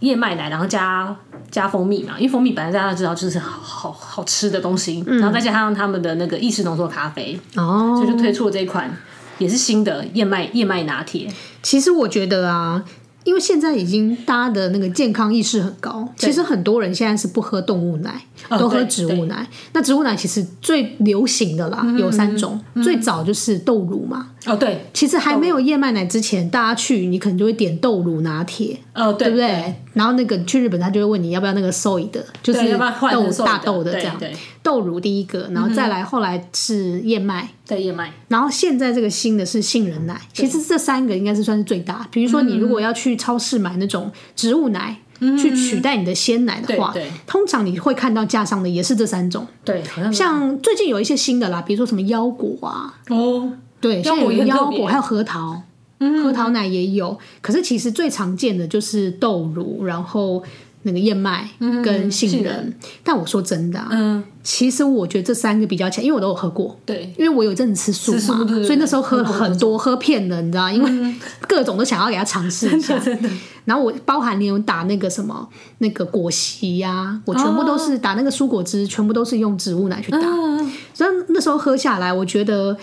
[SPEAKER 2] 燕麦奶，然后加加蜂蜜嘛，因为蜂蜜本来大家知道就是好好好吃的东西，然后再加上他们的那个意式浓缩咖啡，
[SPEAKER 1] 哦
[SPEAKER 2] 所以就推出了这一款。也是新的燕麦燕麦拿铁，
[SPEAKER 1] 其实我觉得啊，因为现在已经大家的那个健康意识很高，其实很多人现在是不喝动物奶，
[SPEAKER 2] 哦
[SPEAKER 1] 都喝
[SPEAKER 2] 对
[SPEAKER 1] 植物奶。那植物奶其实最流行的啦，有三种，
[SPEAKER 2] 嗯
[SPEAKER 1] 最早就是豆乳嘛。
[SPEAKER 2] 哦对，
[SPEAKER 1] 其实还没有燕麦奶之前，大家去你可能就会点豆乳拿铁，
[SPEAKER 2] 哦对
[SPEAKER 1] 对不对？然后那个去日本，他就会问你要不要那个 soy 的，就是
[SPEAKER 2] 对要不要换成
[SPEAKER 1] 豆
[SPEAKER 2] soy
[SPEAKER 1] 大
[SPEAKER 2] 的
[SPEAKER 1] 豆的这
[SPEAKER 2] 对
[SPEAKER 1] 样
[SPEAKER 2] 对。嗯
[SPEAKER 1] 豆乳第一个，然后再来后来是燕麦，
[SPEAKER 2] 对燕麦，
[SPEAKER 1] 然后现在这个新的是杏仁
[SPEAKER 2] 嗯
[SPEAKER 1] 奶，其实这三个应该是算是最大。比如说，你如果要去超市买那种植物奶，去取代你的鲜奶的话，
[SPEAKER 2] 嗯对对
[SPEAKER 1] 通常你会看到架上的也是这三种。
[SPEAKER 2] 对，好像
[SPEAKER 1] 像最近有一些新的啦，比如说什么腰果啊，
[SPEAKER 2] 哦，
[SPEAKER 1] 对，
[SPEAKER 2] 腰
[SPEAKER 1] 像
[SPEAKER 2] 果
[SPEAKER 1] 有
[SPEAKER 2] 也很特别嗯
[SPEAKER 1] 腰果，还有核桃，核桃奶也有。可是其实最常见的就是豆乳，然后那个燕麦跟杏
[SPEAKER 2] 嗯杏
[SPEAKER 1] 仁。但我说真的、啊，
[SPEAKER 2] 嗯，
[SPEAKER 1] 其实我觉得这三个比较起来，因为我都有喝过，
[SPEAKER 2] 对，
[SPEAKER 1] 因为我有一阵子吃素嘛，
[SPEAKER 2] 吃素对对对
[SPEAKER 1] 所以那时候喝了很多，喝遍了，你知道，因为各种都想要给他尝试一下。
[SPEAKER 2] 嗯 *laughs* 真的
[SPEAKER 1] 然后我包含连有打那个什么那个果昔呀、我全部都是打那个蔬果汁，全部都是用植物奶去打。
[SPEAKER 2] 嗯
[SPEAKER 1] 所以那时候喝下来，我觉得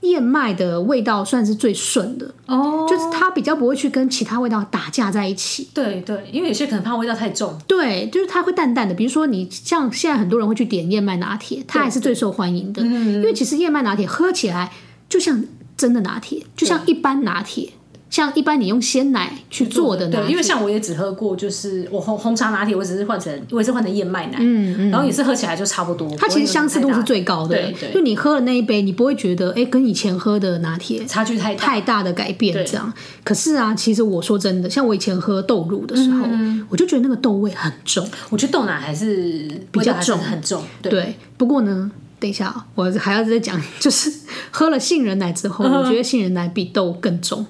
[SPEAKER 1] 燕麦的味道算是最顺的，
[SPEAKER 2] 哦，
[SPEAKER 1] 就是它比较不会去跟其他味道打架在一起。
[SPEAKER 2] 对对，因为有些可能怕味道太重，
[SPEAKER 1] 对，就是它会淡淡的。比如说，你像现在很多人会去点燕麦拿铁，它还是最受欢迎
[SPEAKER 2] 嗯
[SPEAKER 1] 的，因为其实燕麦拿铁喝起来就像真的拿铁，就像一般拿铁，像一般你用鲜奶去做的拿
[SPEAKER 2] 对，
[SPEAKER 1] 铁，
[SPEAKER 2] 因为像我也只喝过，就是我红红茶拿铁，我只是换成我也是换成燕麦奶，嗯，然后也是喝起来就差不多。
[SPEAKER 1] 它其实相似度是最高的。
[SPEAKER 2] 对对
[SPEAKER 1] 就你喝了那一杯，你不会觉得哎、诶跟以前喝的拿铁
[SPEAKER 2] 差距太大，
[SPEAKER 1] 太大的改变这样。可是啊，其实我说真的，像我以前喝豆乳的时
[SPEAKER 2] 嗯
[SPEAKER 1] 候，我就觉得那个豆味很重。
[SPEAKER 2] 我觉得豆奶还是
[SPEAKER 1] 比较
[SPEAKER 2] 味道还是
[SPEAKER 1] 重
[SPEAKER 2] 很重。对，
[SPEAKER 1] 对，不过呢，等一下啊、我还要再讲， *laughs* 就是喝了杏仁奶之后，我觉得杏仁奶比豆更重。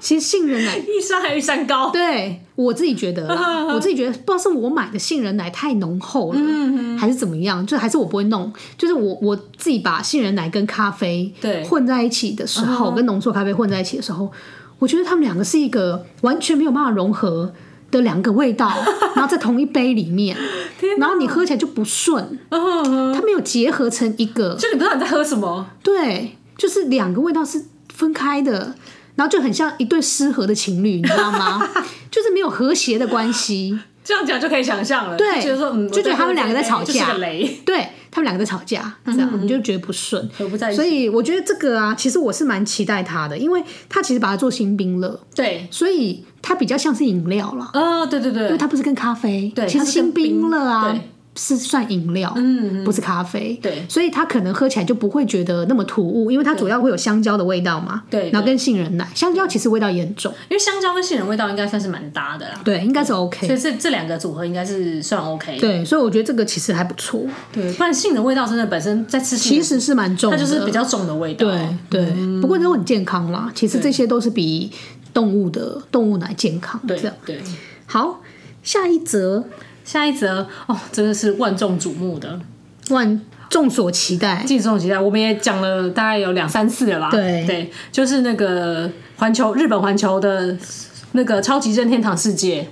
[SPEAKER 1] 其实杏仁奶，
[SPEAKER 2] 一山还有一山高，
[SPEAKER 1] 对我自己觉得啦，我自己觉得不知道是我买的杏仁奶太浓厚了，还是怎么样，就还是我不会弄，就是我我自己把杏仁奶跟咖啡
[SPEAKER 2] 对
[SPEAKER 1] 混在一起的时候，跟浓缩咖啡混在一起的时候，我觉得他们两个是一个完全没有办法融合的两个味道，然后在同一杯里面，然后你喝起来就不顺，
[SPEAKER 2] 嗯，
[SPEAKER 1] 它没有结合成一个，
[SPEAKER 2] *laughs* 就你不知道你在喝什么。
[SPEAKER 1] 对，就是两个味道是分开的，然后就很像一对失和的情侣，你知道吗？ *laughs* 就是没有和谐的关系，
[SPEAKER 2] 这样讲就可以想象了，
[SPEAKER 1] 对
[SPEAKER 2] 就觉得说，嗯，
[SPEAKER 1] 就觉得
[SPEAKER 2] 我在
[SPEAKER 1] 他们
[SPEAKER 2] 喝
[SPEAKER 1] 两个在
[SPEAKER 2] 这
[SPEAKER 1] 吵
[SPEAKER 2] 杯
[SPEAKER 1] 架
[SPEAKER 2] 就是个雷，
[SPEAKER 1] 对他们两个在吵架，这样你就觉得不顺。
[SPEAKER 2] 嗯合不在一
[SPEAKER 1] 所
[SPEAKER 2] 起。
[SPEAKER 1] 以我觉得这个啊，其实我是蛮期待它的，因为它其实把它做新冰乐，
[SPEAKER 2] 对，
[SPEAKER 1] 所以它比较像是饮料啦，
[SPEAKER 2] 哦，对对
[SPEAKER 1] 因为
[SPEAKER 2] 对，
[SPEAKER 1] 它不是跟咖啡，
[SPEAKER 2] 对
[SPEAKER 1] 其实
[SPEAKER 2] 它是跟
[SPEAKER 1] 新冰乐啊
[SPEAKER 2] 冰对
[SPEAKER 1] 是算饮料，
[SPEAKER 2] 嗯，
[SPEAKER 1] 不是咖啡，
[SPEAKER 2] 对
[SPEAKER 1] 所以它可能喝起来就不会觉得那么突兀，因为它主要会有香蕉的味道嘛，
[SPEAKER 2] 对对
[SPEAKER 1] 然后跟杏仁奶，香蕉其实味道也很重，
[SPEAKER 2] 因为香蕉跟杏仁味道应该算是蛮搭的啦，
[SPEAKER 1] 对，应该是
[SPEAKER 2] 所
[SPEAKER 1] OK，
[SPEAKER 2] 以这这两个组合应该是算 OK。
[SPEAKER 1] 对，所以我觉得这个其实还不错，
[SPEAKER 2] 对，不然杏仁味道真的本身在吃杏
[SPEAKER 1] 其
[SPEAKER 2] 仁，
[SPEAKER 1] 实是蛮重
[SPEAKER 2] 它
[SPEAKER 1] 的，
[SPEAKER 2] 就是比较嗯重的味道。
[SPEAKER 1] 对对，不过都很健康啦，其实这些都是比动物的动物奶健康，这
[SPEAKER 2] 对
[SPEAKER 1] 样
[SPEAKER 2] 对。
[SPEAKER 1] 好，下一则
[SPEAKER 2] 下一则哦，真的是万众瞩目的
[SPEAKER 1] 万众所期待，
[SPEAKER 2] 敬重期待，我们也讲了大概有两三次了啦。
[SPEAKER 1] 对
[SPEAKER 2] 对，就是那个环球日本环球的那个超级任天堂世界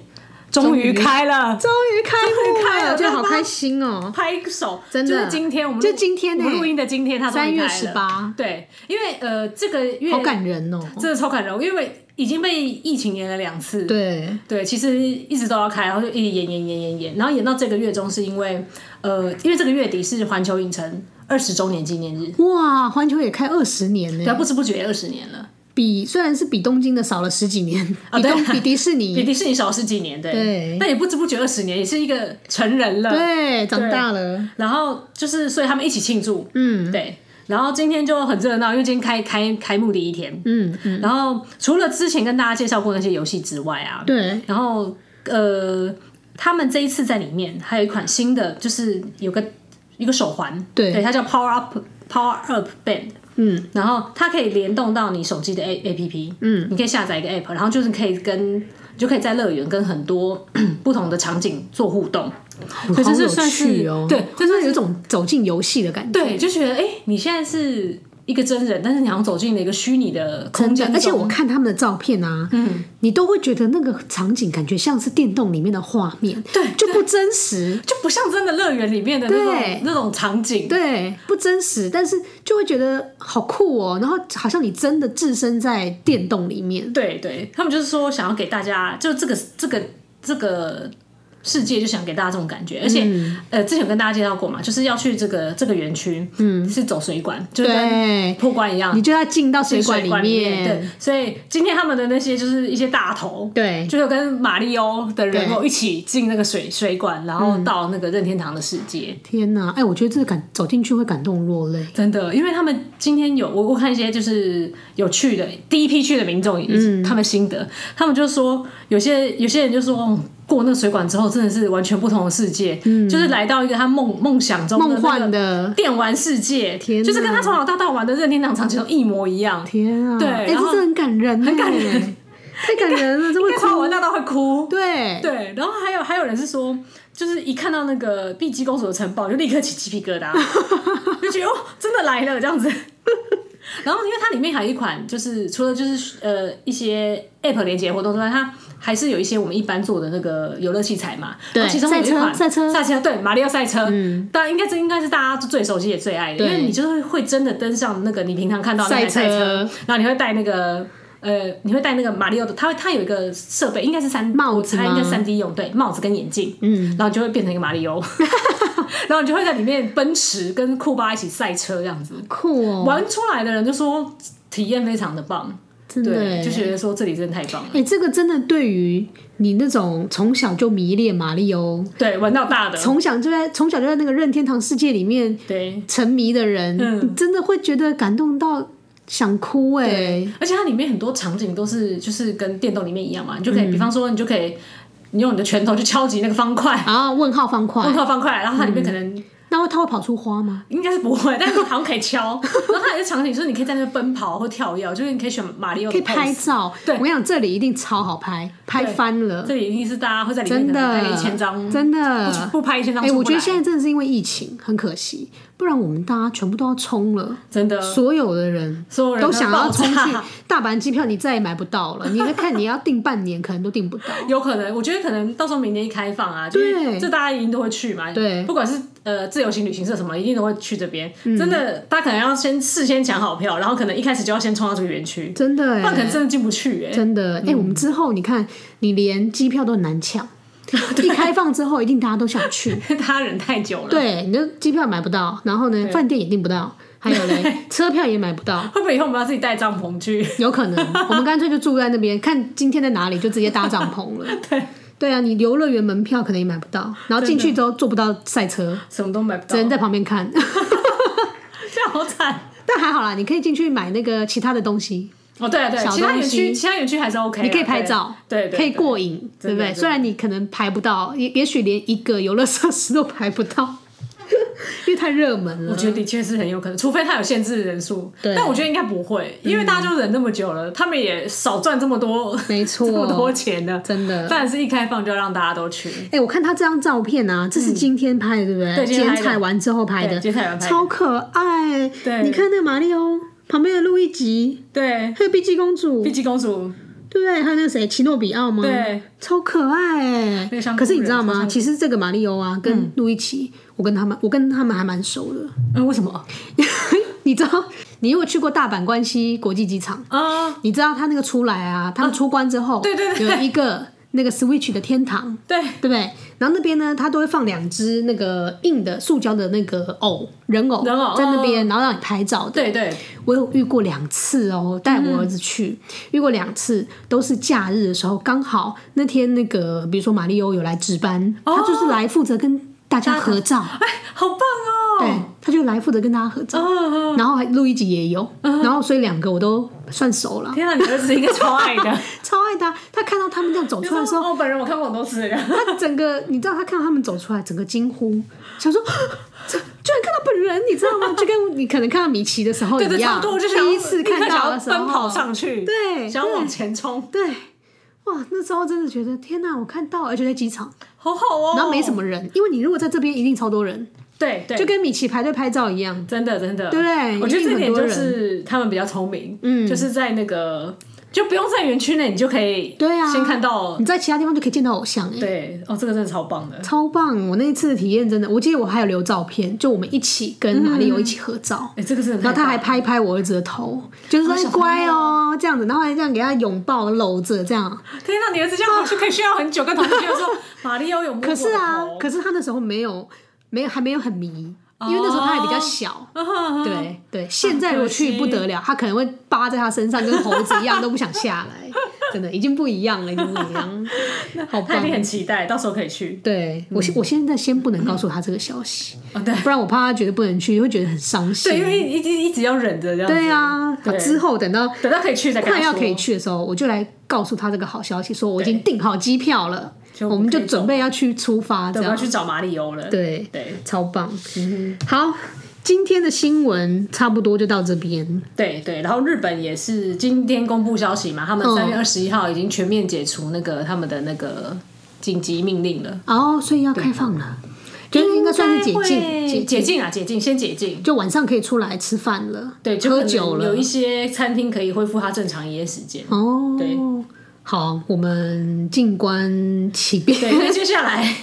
[SPEAKER 2] 终
[SPEAKER 1] 终于
[SPEAKER 2] 于开了，
[SPEAKER 1] 终于开幕
[SPEAKER 2] 终于开了
[SPEAKER 1] 我觉得好
[SPEAKER 2] 对吧
[SPEAKER 1] 开心哦、
[SPEAKER 2] 拍手，
[SPEAKER 1] 真的
[SPEAKER 2] 就是今天我们录
[SPEAKER 1] 就今天欸
[SPEAKER 2] 我们录音的今天，它终于
[SPEAKER 1] 3月
[SPEAKER 2] 开了
[SPEAKER 1] 18
[SPEAKER 2] 对，因为呃这个月
[SPEAKER 1] 好感人哦、
[SPEAKER 2] 真的超感人，因为已经被疫情延了两次，
[SPEAKER 1] 对，
[SPEAKER 2] 对，其实一直都要开，然后就一直演演演演演，然后演到这个月中，是因为呃，因为这个月底是环球影城二十周年纪念日，
[SPEAKER 1] 哇，环球也开二十年呢、
[SPEAKER 2] 对啊，不知不觉二十年了，
[SPEAKER 1] 比虽然是比东京的少了十几年，
[SPEAKER 2] 啊
[SPEAKER 1] 比
[SPEAKER 2] 对
[SPEAKER 1] 东比迪士
[SPEAKER 2] *laughs* 比
[SPEAKER 1] 尼，
[SPEAKER 2] 迪士尼少十几年，对，
[SPEAKER 1] 对
[SPEAKER 2] 但也不知不觉二十年，也是一个成人了，
[SPEAKER 1] 对，长大了，
[SPEAKER 2] 然后就是所以他们一起庆祝，
[SPEAKER 1] 嗯
[SPEAKER 2] 对，然后今天就很热闹，因为今天开开开幕第一天，
[SPEAKER 1] 嗯嗯，
[SPEAKER 2] 然后除了之前跟大家介绍过那些游戏之外啊，
[SPEAKER 1] 对，
[SPEAKER 2] 然后呃，他们这一次在里面还有一款新的，就是有个一个手环，
[SPEAKER 1] 对
[SPEAKER 2] 它叫 Power Up Power Up Band。
[SPEAKER 1] 嗯，
[SPEAKER 2] 然后它可以联动到你手机的 A A P P，嗯，你可以下载一个 App，然后就是可以跟你就可以在乐园跟很多 *clears throat* 不同的场景做互动，所以这是算
[SPEAKER 1] 好有
[SPEAKER 2] 是
[SPEAKER 1] 趣哦、
[SPEAKER 2] 对，
[SPEAKER 1] 就是有一种走进游戏的感觉。
[SPEAKER 2] 对，就觉得哎、诶你现在是一个真人，但是你好像走进了一个虚拟的
[SPEAKER 1] 真
[SPEAKER 2] 空
[SPEAKER 1] 的
[SPEAKER 2] 间，中，
[SPEAKER 1] 而且我看他们的照片啊，嗯，你都会觉得那个场景感觉像是电动里面的画面，
[SPEAKER 2] 对
[SPEAKER 1] 就不真实，
[SPEAKER 2] 就不像真的乐园里面的那种
[SPEAKER 1] 对
[SPEAKER 2] 那种场景，
[SPEAKER 1] 对，不真实，但是就会觉得好酷哦，然后好像你真的置身在电动里面，
[SPEAKER 2] 对对，他们就是说想要给大家，就这个这个这个世界，就想给大家这种感觉。而且、
[SPEAKER 1] 嗯
[SPEAKER 2] 呃，之前有跟大家介绍过嘛，就是要去这个这个园区，嗯，是走水管，就是跟
[SPEAKER 1] 对，
[SPEAKER 2] 破关一样
[SPEAKER 1] 你，就要进到水
[SPEAKER 2] 水
[SPEAKER 1] 管里
[SPEAKER 2] 管面。对
[SPEAKER 1] 面，，
[SPEAKER 2] 所以今天他们的那些就是一些大头。
[SPEAKER 1] 对，
[SPEAKER 2] 就是跟马里欧的人
[SPEAKER 1] 对
[SPEAKER 2] 哦
[SPEAKER 1] 嗯
[SPEAKER 2] 偶一起进那个水水管，然后到那个任天堂的世界。
[SPEAKER 1] 天哪，哎，我觉得这个感走进去会感动落泪，
[SPEAKER 2] 真的，因为他们今天有我我看一些就是有去的第一批去的民众，
[SPEAKER 1] 嗯
[SPEAKER 2] 他们心得，他们就说有些有些人就说、哦过那个水管之后真的是完全不同的世界，就是来到一个他梦梦想中的那
[SPEAKER 1] 嗯梦
[SPEAKER 2] 个
[SPEAKER 1] 幻的，
[SPEAKER 2] 电玩世界，
[SPEAKER 1] 天哪
[SPEAKER 2] 就是跟他从小到大玩的任天堂场景都一模一样，
[SPEAKER 1] 天啊，
[SPEAKER 2] 对
[SPEAKER 1] 哎，这
[SPEAKER 2] 然后
[SPEAKER 1] 真的很感人，哎
[SPEAKER 2] 很感人，
[SPEAKER 1] 太感人了，这会
[SPEAKER 2] 但他
[SPEAKER 1] 哭，
[SPEAKER 2] 玩到到会哭。
[SPEAKER 1] 对，
[SPEAKER 2] 对，然后还有还有人是说，就是一看到那个碧姬公主的城堡，就立刻起鸡皮
[SPEAKER 1] *laughs*
[SPEAKER 2] 疙瘩，就觉得哦，真的来了这样子。然后，因为它里面还有一款，就是除了就是呃一些 App 连接活动之外，它还是有一些我们一般做的那个游乐器材嘛。
[SPEAKER 1] 对
[SPEAKER 2] 然后其中有一款
[SPEAKER 1] 赛车
[SPEAKER 2] 赛车，对，马里奥赛车，嗯，当然应该这应该是大家最熟悉也最爱的，因
[SPEAKER 1] 对
[SPEAKER 2] 为你就是会真的登上那个你平常看到的那台
[SPEAKER 1] 赛
[SPEAKER 2] 赛
[SPEAKER 1] 车
[SPEAKER 2] 车，然后你会带那个。呃，你会戴那个马里奥的，它会它有一个设备，应该是三
[SPEAKER 1] 帽子
[SPEAKER 2] 它
[SPEAKER 1] 吗
[SPEAKER 2] 应该三 D 用，对，帽子跟眼镜，
[SPEAKER 1] 嗯，
[SPEAKER 2] 然后就会变成一个马里奥， *laughs* 然后你就会在里面奔驰跟库巴一起赛车这样子，
[SPEAKER 1] 酷哦，
[SPEAKER 2] 玩出来的人就说体验非常的棒，
[SPEAKER 1] 真的
[SPEAKER 2] 对，
[SPEAKER 1] 哎
[SPEAKER 2] 就觉得说这里真的太棒了，
[SPEAKER 1] 哎、这个真的对于你那种从小就迷恋马里欧，
[SPEAKER 2] 对，玩到大的，
[SPEAKER 1] 从小就在从小就在那个任天堂世界里面
[SPEAKER 2] 对。
[SPEAKER 1] 沉迷的人，
[SPEAKER 2] 嗯
[SPEAKER 1] 你真的会觉得感动到想哭哎、
[SPEAKER 2] 对，而且它里面很多场景都是就是跟电动里面一样嘛，你就可
[SPEAKER 1] 嗯
[SPEAKER 2] 以，比方说你就可以，你用你的拳头去敲击那个方块，
[SPEAKER 1] 然后问号方
[SPEAKER 2] 问
[SPEAKER 1] 块，
[SPEAKER 2] 号方块，然后它里面可能
[SPEAKER 1] 那会它会跑出花吗？
[SPEAKER 2] 应该是不会，但是好像可以敲。 *laughs* 然后它有一些场景就是你可以在那边奔跑或跳跃，就是你可以选马里奥
[SPEAKER 1] 可
[SPEAKER 2] 的
[SPEAKER 1] 以拍
[SPEAKER 2] pose。
[SPEAKER 1] 照，
[SPEAKER 2] 对
[SPEAKER 1] 我跟你讲，这里一定超好拍，拍翻了，
[SPEAKER 2] 这里一定是大家会在里面
[SPEAKER 1] 真
[SPEAKER 2] 可能
[SPEAKER 1] 的，
[SPEAKER 2] 拍一千张，
[SPEAKER 1] 真
[SPEAKER 2] 不
[SPEAKER 1] 的。
[SPEAKER 2] 不拍一千张
[SPEAKER 1] 哎、
[SPEAKER 2] 出不
[SPEAKER 1] 我
[SPEAKER 2] 来。
[SPEAKER 1] 觉得现在真的是因为疫情，很可惜，不然我们大家全部都要冲了，
[SPEAKER 2] 真的
[SPEAKER 1] 所有的人
[SPEAKER 2] 所有人
[SPEAKER 1] 都想要冲
[SPEAKER 2] 爆
[SPEAKER 1] 去
[SPEAKER 2] 炸
[SPEAKER 1] 大阪机票，你再也买不到
[SPEAKER 2] *laughs*
[SPEAKER 1] 了。你在看，你要订半年，可能都订不到。
[SPEAKER 2] 有可能，我觉得可能到时候明年一开放啊，就
[SPEAKER 1] 对
[SPEAKER 2] 是这大家一定都会去嘛。
[SPEAKER 1] 对嗯
[SPEAKER 2] 不管是呃自由行旅行社什么，一定都会去这边。真的，大家可能要先事先抢好票，然后可能一开始就要先冲到这个园区，
[SPEAKER 1] 真的
[SPEAKER 2] 不然可
[SPEAKER 1] 哎、
[SPEAKER 2] 能真的进不去哎。
[SPEAKER 1] 真的哎、我们之后你看，你连机票都很难
[SPEAKER 2] *laughs*
[SPEAKER 1] 抢。一开放之后，一定大家都想去。
[SPEAKER 2] 他忍太久了，
[SPEAKER 1] 对，你的机票买不到，然后呢，饭店也订不到，还有
[SPEAKER 2] *laughs*
[SPEAKER 1] 嘞，车票也买不到。
[SPEAKER 2] 会不会以后我们要自己带帐篷去？
[SPEAKER 1] 有可能，我们干脆就住在那边，看今天在哪里就直接搭帐篷了。
[SPEAKER 2] *laughs* 对，
[SPEAKER 1] 对啊，你游乐园门票可能也买不到，然后进去之后坐不到赛车，
[SPEAKER 2] 什么都买不
[SPEAKER 1] 只
[SPEAKER 2] 到，
[SPEAKER 1] 能在旁边看。
[SPEAKER 2] 哦这样好惨。
[SPEAKER 1] *laughs* 但还好啦，你可以进去买那个其他的东西，
[SPEAKER 2] 哦，对啊对啊，
[SPEAKER 1] 小
[SPEAKER 2] 其他
[SPEAKER 1] 东
[SPEAKER 2] 园
[SPEAKER 1] 西
[SPEAKER 2] 区其他园区还是 OK，啊
[SPEAKER 1] 你可以拍照，
[SPEAKER 2] 对，对对啊
[SPEAKER 1] 可以过瘾，
[SPEAKER 2] 真
[SPEAKER 1] 对
[SPEAKER 2] 的
[SPEAKER 1] 不
[SPEAKER 2] 真
[SPEAKER 1] 对？
[SPEAKER 2] 的
[SPEAKER 1] 虽然你可能排不到，也也许连一个游乐设施都排不到， *laughs*
[SPEAKER 2] 对
[SPEAKER 1] 因为太热门了。
[SPEAKER 2] 我觉得的确是很有可能，除非他有限制人数。
[SPEAKER 1] 对
[SPEAKER 2] 但我觉得应该不会，因为大家就忍那么久了，他们也少赚 *laughs* 这么多，
[SPEAKER 1] 没错
[SPEAKER 2] *laughs* 这么多钱的，
[SPEAKER 1] 啊真的
[SPEAKER 2] 当然是一开放就让大家都去。
[SPEAKER 1] 哎、我看他这张照片啊，这是今天拍的，对不对？
[SPEAKER 2] 嗯对今天拍
[SPEAKER 1] 剪
[SPEAKER 2] 的
[SPEAKER 1] 彩完之后拍的，
[SPEAKER 2] 对剪彩完拍的
[SPEAKER 1] 超可爱。
[SPEAKER 2] 对
[SPEAKER 1] 你看那个马里奥旁边的路易吉，
[SPEAKER 2] 对，
[SPEAKER 1] 还有碧姬公主，
[SPEAKER 2] 碧
[SPEAKER 1] 对
[SPEAKER 2] 姬公主，
[SPEAKER 1] 不对？还有那个谁，奇诺比奥吗？，
[SPEAKER 2] 对，
[SPEAKER 1] 超可爱、
[SPEAKER 2] 那个香菇
[SPEAKER 1] 可是你知道
[SPEAKER 2] 人超
[SPEAKER 1] 吗？
[SPEAKER 2] 香
[SPEAKER 1] 其实这个马里奥啊，跟路易吉，我跟他们，我跟他们还蛮熟的。 *laughs*
[SPEAKER 2] 嗯，为什么？
[SPEAKER 1] 你知道，你如果去过大阪关西国际机场，
[SPEAKER 2] 啊，
[SPEAKER 1] 你知道他那个出来啊，他们出关之后，
[SPEAKER 2] 对对对
[SPEAKER 1] 有一个那个 Switch 的天堂，
[SPEAKER 2] 对，
[SPEAKER 1] 对不对？然后那边呢，他都会放两只那个硬的塑胶的那个偶人偶
[SPEAKER 2] 人哦偶
[SPEAKER 1] 在那边，然后让你拍照的。
[SPEAKER 2] 对对，
[SPEAKER 1] 我有遇过两次哦，带我儿子
[SPEAKER 2] 嗯
[SPEAKER 1] 去、遇过两次，都是假日的时候，刚好那天那个比如说马里欧有来值班，
[SPEAKER 2] 哦
[SPEAKER 1] 他就是来负责跟大家合照，
[SPEAKER 2] 哎，好棒哦！
[SPEAKER 1] 对，他就来负责跟大家合照。
[SPEAKER 2] 哦，嗯
[SPEAKER 1] 然后还录一集也有，然后所以两个我都算熟了，
[SPEAKER 2] 天啊，你儿子应该超爱
[SPEAKER 1] *laughs*
[SPEAKER 2] 的。
[SPEAKER 1] 超爱的啊、他看到他们这样走出来的时候，
[SPEAKER 2] 哦，本人我看过很多次的。
[SPEAKER 1] 他整个，你知道，他看到他们走出来，整个惊呼，想说， *gasps* 啊这居然看到本人，你知道吗？就跟你可能看到米奇的时候一
[SPEAKER 2] 对对，差
[SPEAKER 1] 样，
[SPEAKER 2] 不多，我就想
[SPEAKER 1] 第一次看到
[SPEAKER 2] 想
[SPEAKER 1] 的
[SPEAKER 2] 要
[SPEAKER 1] 时候，
[SPEAKER 2] 奔跑上去，
[SPEAKER 1] 对
[SPEAKER 2] 想要往
[SPEAKER 1] 对
[SPEAKER 2] 前冲，
[SPEAKER 1] 对，哇，那时候真的觉得天哪，我看到，而且在机场，
[SPEAKER 2] 好好哦。
[SPEAKER 1] 然后没什
[SPEAKER 2] 么，
[SPEAKER 1] 么人，因为你如果在这边一定超多人，
[SPEAKER 2] 对对，
[SPEAKER 1] 就跟米奇排队拍照一样，
[SPEAKER 2] 真的真的，
[SPEAKER 1] 对不对
[SPEAKER 2] 我觉得
[SPEAKER 1] 一定
[SPEAKER 2] 这
[SPEAKER 1] 很
[SPEAKER 2] 点
[SPEAKER 1] 多
[SPEAKER 2] 就
[SPEAKER 1] 人
[SPEAKER 2] 是他们比较聪明，
[SPEAKER 1] 嗯
[SPEAKER 2] 就是在那个就不用在园区内，你就可以
[SPEAKER 1] 对啊
[SPEAKER 2] 先看到，
[SPEAKER 1] 你在其他地方就可以见到偶像、哎，
[SPEAKER 2] 对哦，这个真的超棒的，
[SPEAKER 1] 超棒！我那一次的体验真的，我记得我还有留照片，就我们一起跟
[SPEAKER 2] 嗯
[SPEAKER 1] 马里欧一起合照。
[SPEAKER 2] 哎，这个真的太
[SPEAKER 1] 然后
[SPEAKER 2] 棒了，
[SPEAKER 1] 他还拍一拍我儿子的头，就是说、
[SPEAKER 2] 哦小
[SPEAKER 1] 哎
[SPEAKER 2] 朋友
[SPEAKER 1] 乖哦这样子，然后还这样给他拥抱搂着这样。
[SPEAKER 2] 天哪，你儿子这样回去可以炫耀很久，跟同学
[SPEAKER 1] *laughs*
[SPEAKER 2] 说马里奥有摸过
[SPEAKER 1] 可
[SPEAKER 2] 我
[SPEAKER 1] 是啊
[SPEAKER 2] 的头， *laughs*
[SPEAKER 1] 可是他那时候没有没有还没有很迷，因为那时候他还比较小。
[SPEAKER 2] 嗯哦
[SPEAKER 1] 对对，现在如果去不得了，他可能会扒在他身上，跟猴子一样都不想下来。真的已经不一样了，已经不一样，好
[SPEAKER 2] 他一
[SPEAKER 1] 棒
[SPEAKER 2] 定！很嗯期待，到时候可以去
[SPEAKER 1] 对我现我现在先不能告诉他这个消息，
[SPEAKER 2] 啊，对
[SPEAKER 1] 不然我怕他觉得不能去，会觉得很伤
[SPEAKER 2] 对，因
[SPEAKER 1] 心。
[SPEAKER 2] 为一一直一直要忍着这样，
[SPEAKER 1] 对，啊，好
[SPEAKER 2] 对
[SPEAKER 1] 之后等到
[SPEAKER 2] 等到可以去再跟他
[SPEAKER 1] 快要
[SPEAKER 2] 说
[SPEAKER 1] 可以去的时候，我就来告诉他这个好消息，说我已经订好机票了，
[SPEAKER 2] 就不
[SPEAKER 1] 我们
[SPEAKER 2] 可以
[SPEAKER 1] 就准备要去出发，
[SPEAKER 2] 对
[SPEAKER 1] 这
[SPEAKER 2] 我要
[SPEAKER 1] 样
[SPEAKER 2] 去嗯找马里欧了，
[SPEAKER 1] 对，
[SPEAKER 2] 对
[SPEAKER 1] 超棒。好，今天的新闻差不多就到这边。
[SPEAKER 2] 对对，然后日本也是今天公布消息嘛，他们
[SPEAKER 1] 嗯
[SPEAKER 2] 三月二十一号已经全面解除那个他们的那个紧急命令了，
[SPEAKER 1] 哦，所以要开放了，就是应该算是解禁，
[SPEAKER 2] 解
[SPEAKER 1] 解
[SPEAKER 2] 解禁啊，解禁，先解禁。
[SPEAKER 1] 就晚上可以出来吃饭了，
[SPEAKER 2] 对，就
[SPEAKER 1] 喝
[SPEAKER 2] 可能
[SPEAKER 1] 酒
[SPEAKER 2] 有
[SPEAKER 1] 了
[SPEAKER 2] 一。些餐厅可以恢复它正常营业时间。
[SPEAKER 1] 哦，
[SPEAKER 2] 对
[SPEAKER 1] 好，我们静观其变。
[SPEAKER 2] 对，那接下来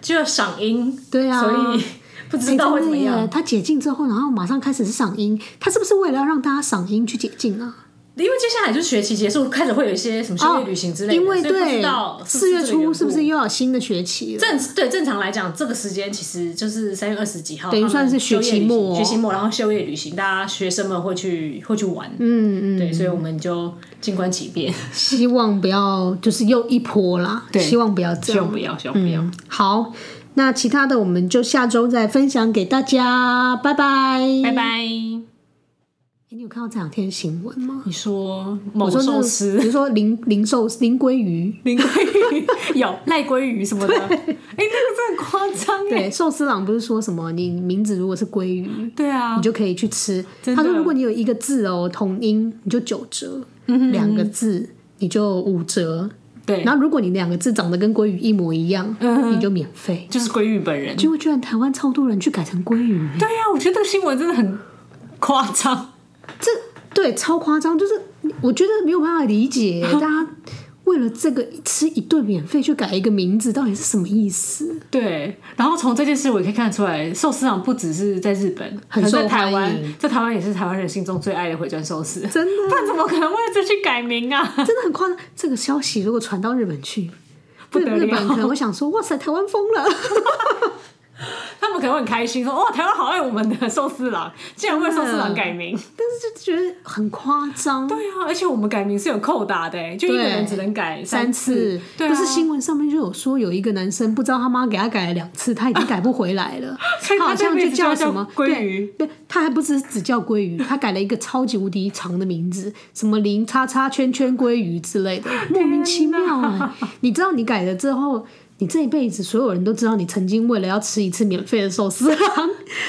[SPEAKER 2] 就要赏樱，
[SPEAKER 1] 对啊
[SPEAKER 2] 所以不知道会怎么
[SPEAKER 1] 哎真的耶
[SPEAKER 2] 样，
[SPEAKER 1] 他解禁之后，然后马上开始是赏樱，他是不是为了要让大家赏樱去解禁啊？
[SPEAKER 2] 因为接下来就是学期结束，开始会有一些什么
[SPEAKER 1] 哦
[SPEAKER 2] 休业旅行之类的，
[SPEAKER 1] 因为
[SPEAKER 2] 所以不知
[SPEAKER 1] 对
[SPEAKER 2] 道，是不
[SPEAKER 1] 四
[SPEAKER 2] 是
[SPEAKER 1] 月
[SPEAKER 2] 这个缘
[SPEAKER 1] 初是不
[SPEAKER 2] 故
[SPEAKER 1] 是又要新的学期了？
[SPEAKER 2] 正对正常来讲，这个时间其实就是三月二十几号，
[SPEAKER 1] 等于
[SPEAKER 2] 他们
[SPEAKER 1] 算是学期末哦
[SPEAKER 2] 休业旅行学期末，然后休业旅行，大家学生们会去会去玩，
[SPEAKER 1] 嗯嗯，
[SPEAKER 2] 对，所以我们就静观其变，
[SPEAKER 1] 希望不要就是又一波啦，
[SPEAKER 2] 对
[SPEAKER 1] 希望不要这
[SPEAKER 2] *laughs* 希望
[SPEAKER 1] 样。
[SPEAKER 2] 不要，希望不
[SPEAKER 1] 嗯
[SPEAKER 2] 要，
[SPEAKER 1] 好，那其他的我们就下周再分享给大家，拜拜。
[SPEAKER 2] 拜拜。
[SPEAKER 1] 诶你有看到这两天的新闻吗？
[SPEAKER 2] 你说某
[SPEAKER 1] 我说那
[SPEAKER 2] 寿
[SPEAKER 1] 个
[SPEAKER 2] 司
[SPEAKER 1] 比、如说零零寿零鲑鱼，
[SPEAKER 2] 林鲑鱼、有赖鲑鱼什么的，哎、那个真的很夸张哎。
[SPEAKER 1] 对，寿司郎不是说什么你名字如果是鲑鱼，
[SPEAKER 2] 对啊
[SPEAKER 1] 你，就可以去吃。
[SPEAKER 2] 真
[SPEAKER 1] 他说，
[SPEAKER 2] 的
[SPEAKER 1] 如果你有一个字哦，同音，你就九折；
[SPEAKER 2] 嗯
[SPEAKER 1] 两、个字你就五折。
[SPEAKER 2] 对，
[SPEAKER 1] 然后，如果你两个字长得跟鲑鱼一模一样，
[SPEAKER 2] 嗯
[SPEAKER 1] 你就免费。
[SPEAKER 2] 就是鲑鱼本人。
[SPEAKER 1] 结果居然台湾超多人去改成鲑鱼，
[SPEAKER 2] 对啊，我觉得这个新闻真的很夸张。
[SPEAKER 1] 这对超夸张，就是我觉得没有办法理
[SPEAKER 2] *laughs*
[SPEAKER 1] 解，大家为了这个吃一顿免费去改一个名字，到底是什么意思？
[SPEAKER 2] 对，然后从这件事我也可以看得出来，寿司郎不只是在日本，
[SPEAKER 1] 很
[SPEAKER 2] 可能在
[SPEAKER 1] 受
[SPEAKER 2] 台
[SPEAKER 1] 欢
[SPEAKER 2] 湾
[SPEAKER 1] 迎，
[SPEAKER 2] 在台湾也是台湾人心中最爱的回转
[SPEAKER 1] *laughs*
[SPEAKER 2] 寿司。
[SPEAKER 1] 真
[SPEAKER 2] 不
[SPEAKER 1] 的，
[SPEAKER 2] 然怎么可能为了这去改名啊？ *laughs*
[SPEAKER 1] 真的很夸张。这个消息如果传到日本去，
[SPEAKER 2] 不
[SPEAKER 1] 日
[SPEAKER 2] 得了
[SPEAKER 1] 日本可能会想说：“哇塞，台湾疯了！” *laughs*
[SPEAKER 2] 他们可能会很开心，说：“哦，台湾好爱我们的寿司郎，竟然为寿司郎改名。
[SPEAKER 1] 但是就觉得很夸”张。
[SPEAKER 2] 对啊，而且我们改名是有扣打的、欸就一个
[SPEAKER 1] 对
[SPEAKER 2] 人只能改
[SPEAKER 1] 三
[SPEAKER 2] 次
[SPEAKER 1] 次，，
[SPEAKER 2] 对啊，
[SPEAKER 1] 不是新闻上面就有说有一个男生不知道他妈给他改了两次，他已经改不回来了，
[SPEAKER 2] *laughs* 所以他
[SPEAKER 1] 好像
[SPEAKER 2] 这
[SPEAKER 1] 就
[SPEAKER 2] 辈子就要
[SPEAKER 1] 什
[SPEAKER 2] 叫
[SPEAKER 1] 么
[SPEAKER 2] 鲑鱼
[SPEAKER 1] 对，对，他还不是只叫鲑鱼，他改了一个超级无敌长的名字，什么
[SPEAKER 2] *laughs*
[SPEAKER 1] 欸 *laughs* 零叉叉圈圈鲑鱼之类的，莫名其妙啊！你知道你改了之后，你这一辈子所有人都知道你曾经为了要吃一次免费的寿司
[SPEAKER 2] *laughs*
[SPEAKER 1] 郎，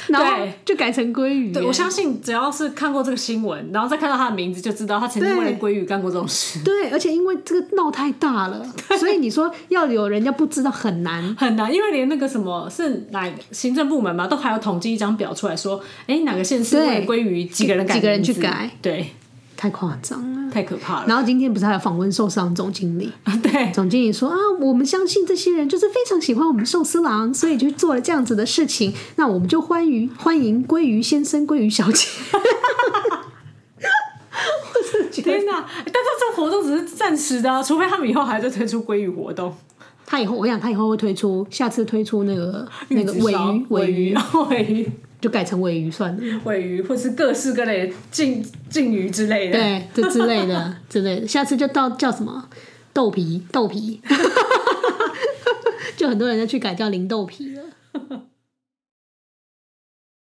[SPEAKER 1] 然后就改成鲑鱼。
[SPEAKER 2] 对，我相信只要是看过这个新闻，然后再看到他的名字，就知道他曾经为了鲑鱼干过这种事。
[SPEAKER 1] 对，而且因为这个闹太大
[SPEAKER 2] *laughs*
[SPEAKER 1] 了，所以你说要有人家不知道很难。
[SPEAKER 2] 很难，因为连那个什么是哪行政部门嘛，都还要统计一张表出来说，哎，哪个县市为了鲑鱼几个人改
[SPEAKER 1] 几个人
[SPEAKER 2] 名字
[SPEAKER 1] 去改，
[SPEAKER 2] 对，
[SPEAKER 1] 太夸张了。
[SPEAKER 2] 太可怕了。
[SPEAKER 1] 然后今天不是还有访问受伤总经理，
[SPEAKER 2] *laughs*
[SPEAKER 1] *laughs*
[SPEAKER 2] 对，
[SPEAKER 1] 总经理说啊，我们相信这些人就是非常喜欢我们寿司郎，所以就做了这样子的事情。那我们就欢迎欢迎鲑鱼先生、鲑鱼小姐。 *laughs* 我真的觉得
[SPEAKER 2] 天哪！但是这个活动只是暂时的、啊，除非他们以后还在推出鲑鱼活动，
[SPEAKER 1] 他以后，我想他以后会推出，下次推出那个那个
[SPEAKER 2] 玉子
[SPEAKER 1] 尾
[SPEAKER 2] 烧
[SPEAKER 1] 鱼，尾鱼
[SPEAKER 2] *laughs* 尾鱼、
[SPEAKER 1] 就改成尾鱼算了，
[SPEAKER 2] 尾鱼，或是各式各类的禁禁鱼之类的。
[SPEAKER 1] 对，这之类
[SPEAKER 2] *laughs*
[SPEAKER 1] 的之类的，下次就到叫什么豆 *laughs* 皮豆皮，就很多人在去改叫零豆皮了。